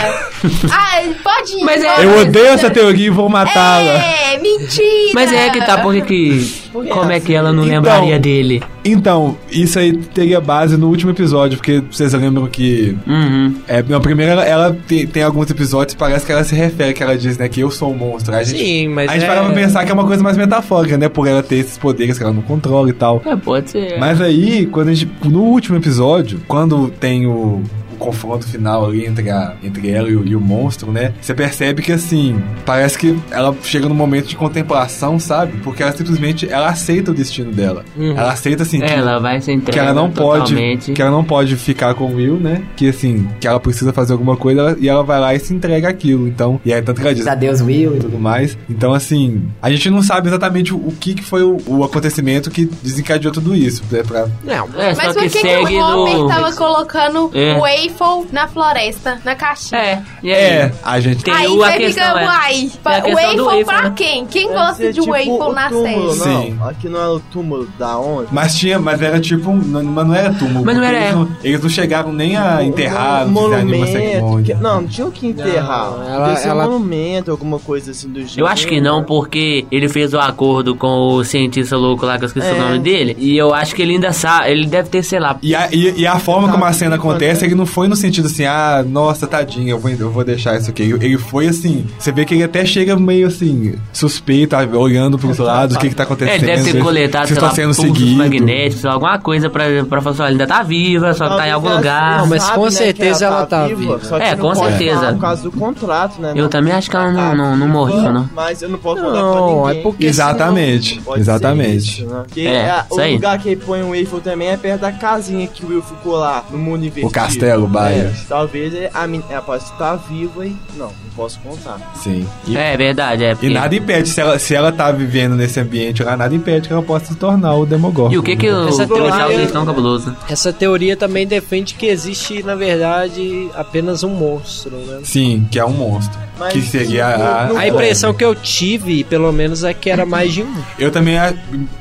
Ai, pode ir. é Mas Eu odeio essa teoria e vou matá-la. É, mentira! Mas é que tá, por que que... Como é que ela não lembraria dele? Então, isso aí teria base no último episódio, porque vocês lembram que. Uhum. É, na primeira, ela, ela tem, tem alguns episódios, parece que ela se refere, que ela diz, né, que eu sou um monstro. Aí A gente, Sim, mas A gente é- parava pra pensar que é uma coisa mais metafórica, né? Por ela ter esses poderes que ela não controla e tal. É, pode ser. Mas aí, quando a gente. No último episódio, quando tem o, o confronto final ali entre, a, entre ela e o, e o monstro, né? Você percebe que assim, parece que ela chega num momento de contemplação, sabe? Porque ela simplesmente ela aceita o destino dela. Uhum. Ela aceita assim. que- Ela vai se que entregar ela não pode totalmente. que ela não pode ficar com o Will, né? Que assim, que ela precisa fazer alguma coisa ela- e ela vai lá e se entrega aquilo. Então, e aí tanto que ela diz Adeus, Will. e tudo mais. Então, assim, a gente não sabe exatamente o, o que, que foi o, o acontecimento que desencadeou tudo isso, né? Pra... Não, É, só Mas por que que, que segue o Homer no... tava colocando É. o waffle na floresta, na caixinha? É, e aí? É, a gente Tem Aí o- a você questão, fica, é. uai, Tem a pra- questão do waffle waffle, pra né? quem? Quem Deve gosta ser de um tipo waffle o na série? túmulo, Sim. Não, aqui não era o túmulo da onde? Mas tinha, mas era tipo, um- não- mas não era túmulo. Mas não porque era- Eles não, eles não chegaram nem a enterrar, não fizeram nenhuma Um monumento. que- cerimônia. não, não tinha o que enterrar. Não, ela- ela, ser ela- um monumento, alguma coisa assim do jeito. Eu acho que não, porque ele fez o acordo com o cientista louco lá, que eu esqueci É. o nome dele. E eu acho que ele ainda sabe, ele deve ter, sei lá. E a, e, e a forma como a cena é. acontece, ele não foi no sentido assim, ah, nossa, tadinha, eu vou, eu vou deixar isso aqui. Ele, ele foi assim, você vê que ele até chega meio assim, suspeito, ah, olhando pros lados, o que que tá É, acontecendo. ele deve ter vocês- vocês coletado, sei estão lá, tá sendo pulsos seguidos. magnéticos, alguma coisa pra, pra falar assim, olha, ainda tá viva, só que tá em Talvez algum ela- lugar. é assim, Não, mas sabe, com né, certeza que ela tá viva. viva. Só que É, você não com pode certeza. falar Por causa do contrato, né? Eu também acho que ela não, não, não morreu, não. Mas eu não posso falar pra Não, ninguém. é porque. Exatamente, Pode ser exatamente. isso, né? Porque É, a- isso o aí. lugar que ele põe o Waffle também é perto da casinha que o Will ficou lá no mundo invertido. O castelo Cobaia. Talvez a menina ela pode estar viva e. Não, não posso contar. Sim. É verdade, é. porque- E nada impede, se ela, se ela tá vivendo nesse ambiente lá, nada impede que ela possa se tornar o Demogorgon. E o que que o Essa policial teoria- diz tão cabuloso? Essa teoria também defende que existe, na verdade, apenas um monstro, né? Sim, que é um monstro. Mas que seria a. A impressão que eu tive, pelo menos, é que era mais de um. Eu também ah,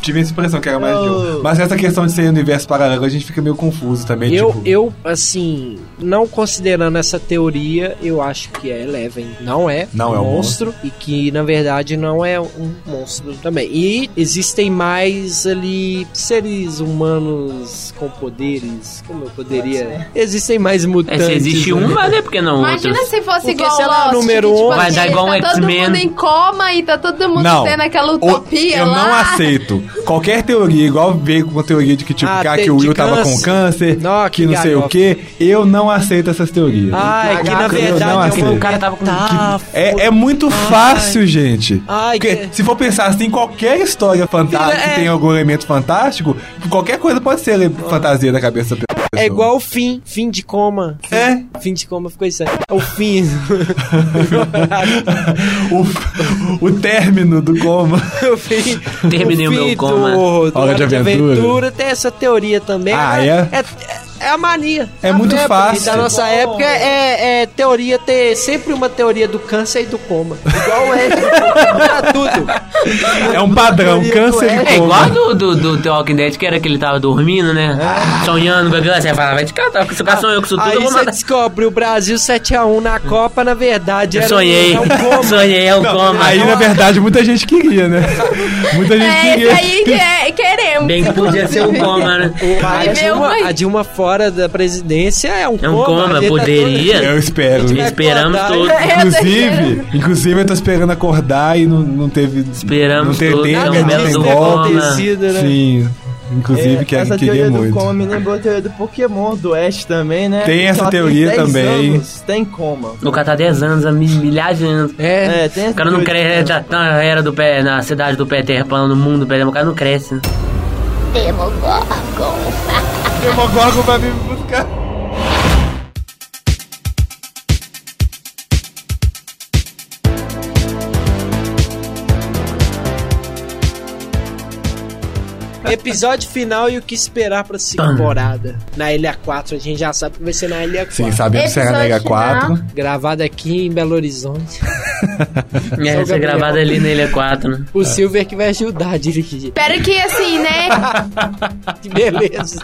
tive essa impressão que era mais de um. Mas essa questão de ser universo paralelo, a gente fica meio confuso também. Eu, tipo, eu, assim, não considerando essa teoria, eu acho que é Eleven. Não é Não um é um monstro. E que, na verdade, não é um monstro também. E existem mais ali seres humanos com poderes. Como eu poderia. Existem mais mutantes. É, né? se existe um, mas é porque não Imagina outros. outros? Se fosse Porque igual se ela é o Lost, número que, tipo, um- assim, Vai dar igual um tá todo X-Men. mundo em coma e tá todo mundo Não. tendo aquela O- utopia eu lá. não aceito. Qualquer teoria, igual veio com a teoria de que tipo, Ah, cara, tem- que o de Will tava com câncer. câncer, que, que não sei o galhofa. que, eu não aceito essas teorias. Ah, é que na Eu não verdade é aceito. um cara tava com É, é muito fácil, gente. Ai, Porque se for pensar assim, qualquer história fantástica que tem algum elemento fantástico, qualquer coisa pode ser ele- fantasia da cabeça da pessoa. É igual o fim, fim de coma. É? Fim de coma ficou isso aí. É o fim. o, o término do coma. o fim. Terminei o fim meu do- coma. do Hora de Aventura. Tem essa teoria também. Ah, é? É, é a mania. É muito época. fácil. E Da nossa época é, é teoria ter sempre uma teoria do câncer e do coma. Igual é. pra tudo. É um padrão, câncer É e igual coma. do, do, do The Walking Dead, que era que ele tava dormindo, né? Ah. Sonhando com aquilo. Aí Você fala, vai te catar, porque se o cara sonhou com isso tudo, eu Aí vou você matar. descobre o Brasil 7x1 na Copa, na verdade. Eu era- sonhei. é um coma. Sonhei, é um coma. Aí, na verdade, muita gente queria, né? Muita gente É, queria. esse aí que é, queremos. Bem que podia ser um coma, né? A Vai ver Dilma, uma- a Dilma fora da presidência é um É coma. um a coma, gente tá poderia. Eu espero. Esperamos todos. Inclusive, inclusive eu tô esperando acordar e não, não teve. Esperamos não teve todos, é um tempo, não belo tem do golpe. coma. Sim. Inclusive, né? É, que quem essa queria teoria do muito. coma me lembrou a teoria do Pokémon do Ash também, né? Tem essa Só teoria 10 também. Anos, tem coma. O cara tá 10 anos, há mil- milhares de anos. É, É, tem essa O cara não teoria cresce, já tá na era do pé, na cidade do Peter Pan, no mundo do Peter Pan, o cara não cresce. né? Demogorgon. Demogorgon vai me buscar. Episódio final e o que esperar pra essa temporada. Na Ilha 4, a gente já sabe que vai ser na Ilha 4. Sim, sabemos que será na Ilha 4. Gravado aqui em Belo Horizonte. É, Só o Essa Gabriel. gravada ali na Ilha 4, né? É. O Silver que vai ajudar a dirigir. Espero que assim, né? Tá Que beleza.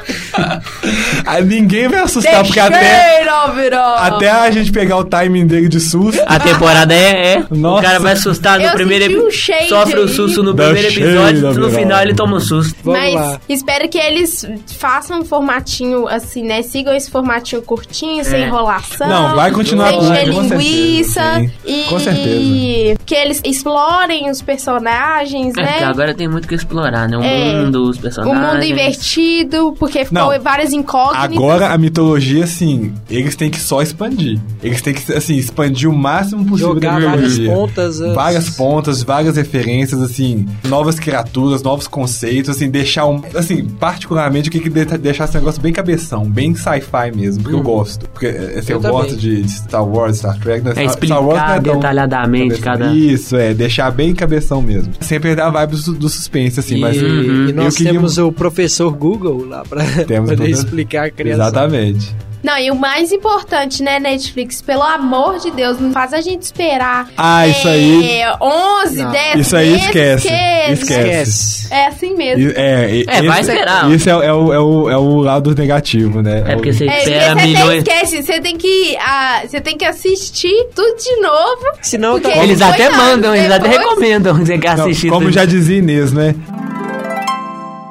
Ah, ninguém vai assustar, porque até, Deixeiro, virou. até a gente pegar o timing dele de susto. A temporada é, é. Nossa. O cara vai assustar no Eu primeiro senti um episódio. shade Sofre o aí. susto no Dá primeiro shade, episódio, no Gabriel. final ele toma um susto. Mas espero que eles façam um formatinho assim, né? Sigam esse formatinho curtinho, sem É. enrolação. Não, vai continuar Sem com- encher com certeza, Então, é linguiça. sim. e Com certeza. que eles explorem os personagens, É, porque né? agora tem muito o que explorar, né? O É. mundo, os O personagens. mundo invertido, porque ficou Não. várias incógnitas. Agora a mitologia, assim, eles têm que só expandir. Eles têm que, assim, expandir o máximo possível Jogar da várias mitologia. pontas. né? as- Várias pontas, várias referências, assim, novas criaturas, novos conceitos, assim, deixar um. Assim, particularmente, o que que de- deixar esse negócio bem cabeção, bem sci-fi mesmo, porque eu gosto. Porque assim, eu, Uhum. Eu gosto também. de, de Star Wars, Star Trek, né? É Star, Star Wars não explicar é tão- detalhadamente cada. Isso, é, deixar bem cabeção mesmo. Sempre dá a vibe do, do suspense, assim, E, mas. uhum. e nós eu queria- um temos o professor Google lá pra Temos poder o- explicar a criança. Exatamente. Não, e o mais importante, né, Netflix? Pelo amor de Deus, não faz a gente esperar. Ah, isso aí. É, 11, Não. 10 Isso aí meses, esquece, que- esquece. É assim mesmo. E- É, e- É, vai esse- esperar. Isso é, é o, é, o, é o lado negativo, né? É, porque o... você É, espera você milhões. até esquece, você tem que, ah, você tem que assistir tudo de novo. Senão porque Eles dois até anos mandam, eles até depois- recomendam que você quer Não, assistir. como tudo. já dizia Inês, né?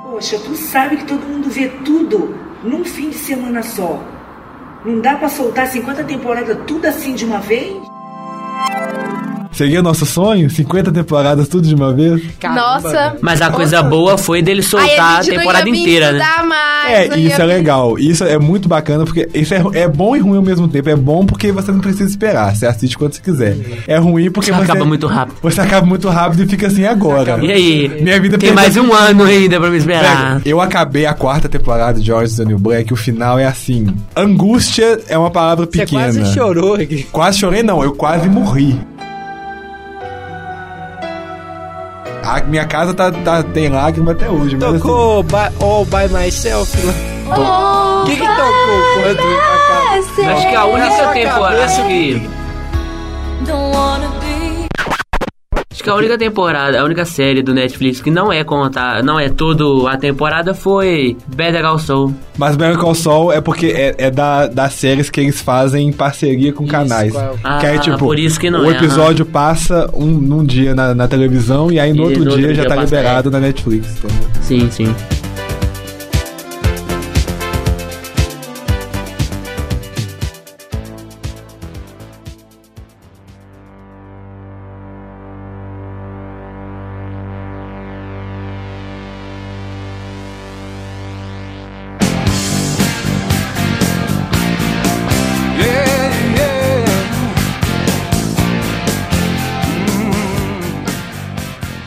Poxa, tu sabe que todo mundo vê tudo num fim de semana só. Não dá pra soltar 50 temporadas tudo assim de uma vez? Seria nosso sonho? 50 temporadas, tudo de uma vez? Nossa. Mas a coisa boa foi dele soltar a, gente não temporada ia vir inteira, né? estudar mais, não É, ia isso é vir- legal. Isso é muito bacana, porque isso é, é bom e ruim ao mesmo tempo. É bom porque você não precisa esperar, você assiste quando você quiser. É ruim porque você... Acaba muito rápido. Você acaba muito rápido e fica assim agora. E aí? Minha vida perdeu- Tem mais um ano ainda pra me esperar. Velho, eu acabei a quarta temporada de Orange is the New Black. O final é assim. Angústia é uma palavra pequena. quase chorou aqui. Quase chorei, não. Eu quase morri. A minha casa tá, tá- tem lágrima até hoje. mas assim, Tocou ba- All By Myself lá. O que que tocou quando acabou? Acho é que a única temporada que. Acho que a única temporada, a única série do Netflix que não é contar, não é toda a temporada foi Better Call Saul. Mas Better Call Saul é porque é, é da, das séries que eles fazem em parceria com canais. Ah, que é tipo, por isso que não o é, episódio passa um, num dia na, na televisão e aí no E outro no outro dia já dia tá passa, é. liberado na Netflix. Entendeu? Sim, sim.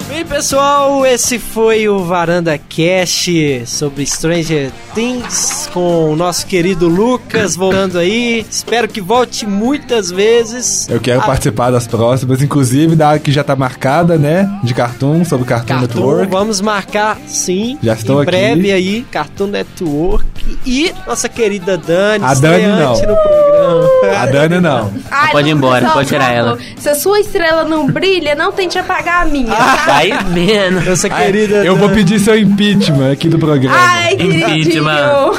Bem, pessoal, esse foi o Varanda Cast sobre Stranger Things com o nosso querido Lucas voltando aí. Espero que volte muitas vezes. Eu quero Ah, participar das próximas, inclusive da que já tá marcada, né? De Cartoon, sobre Cartoon, Cartoon, Network. vamos marcar sim. Já estou em aqui. breve aí, Cartoon Network e nossa querida Dani, A Dani estreante não. no programa. A Dani não. Ai, pode ir Lucas, embora, ó, pode tirar por ela. favor, Se a sua estrela não brilha, não tente apagar a minha. tá? Aí vendo. Nossa querida Eu vou pedir seu impeachment aqui do programa. Ai, queridinho. Impeachment.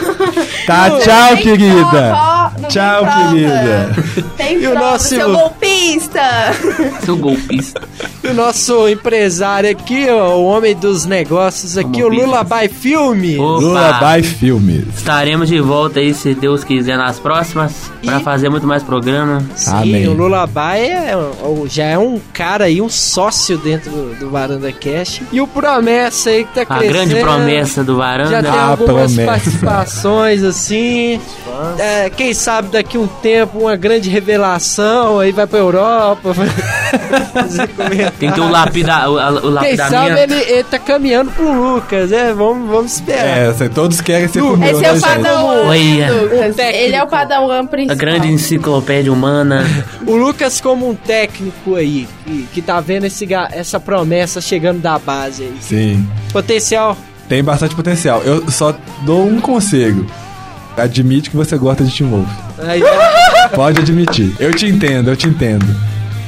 tá, Não, tchau, tem querida. prova, não tem tchau, prova. querida. Tem E o prova, nosso- seu golpista. Seu golpista. E o nosso empresário aqui, ó, o homem dos negócios aqui, o Lula by Filme. Opa. Lullaby Filmes. Estaremos de volta aí, se Deus quiser, nas próximas, pra fazer muito mais programa. Sim, o Lullaby é, o- já é um cara aí, um sócio dentro do, do Varanda Cash. E o Promessa aí que tá A crescendo. grande promessa do Varanda. Já tem Ah, algumas promessa. participações assim. É, quem sabe daqui um tempo uma grande revelação aí vai pra Europa. Tem que ter o lapida, o, a- o Quem lapidamento. sabe ele, ele tá caminhando pro Lucas, né? Vamos, vamos É, esperar. assim, todos querem ser Lu- comigo, esse né, é o gente? Padawan. Olha. Lucas, ele é o padawan principal. A grande enciclopédia humana. O Lucas como um técnico aí, que, que tá vendo esse, ga- essa promessa chegando da base aí. Sim. Potencial. Tem bastante potencial. Eu só dou um conselho. Admite que você gosta de Team Wolf. Aí, né? ó. Pode admitir. Eu te entendo, eu te entendo.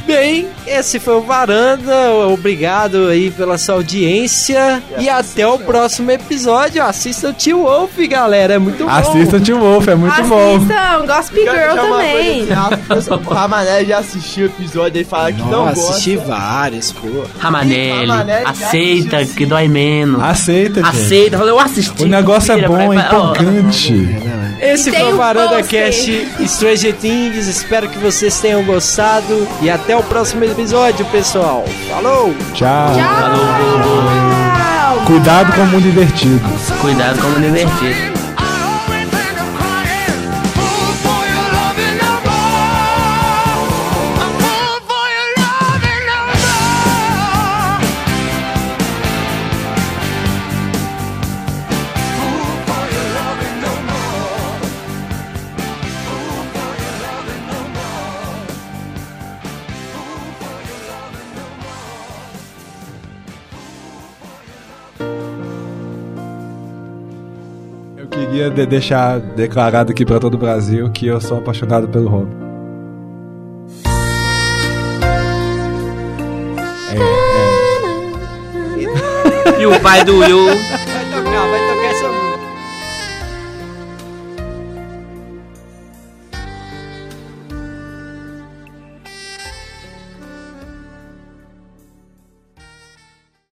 Bem, esse foi o Varanda. Obrigado aí pela sua audiência. E até o próximo episódio. Assista o Tio Wolf, galera. É muito bom. Assista Team Wolf, é muito bom. Assistam, Gossip Girl Já- já uma também. coisa assim rápida, O Ramané já assistiu o episódio e fala que não Não, gosta. assisti vários, pô. Ramanelli, Ramanelli, aceita que dói menos. Aceita, Ah, gente. Aceita, falou, eu assisti. O negócio é Vira bom, pra- é ó, empolgante. Esse E foi tem o um Varanda pôster. Cast Stranger Things. Espero que vocês tenham gostado. E até o próximo episódio, pessoal. Falou! Tchau. Tchau! Cuidado com o mundo invertido. Cuidado como divertir. Eu queria de- deixar declarado aqui pra todo o Brasil que eu sou apaixonado pelo Rob. É, é. E o pai do Will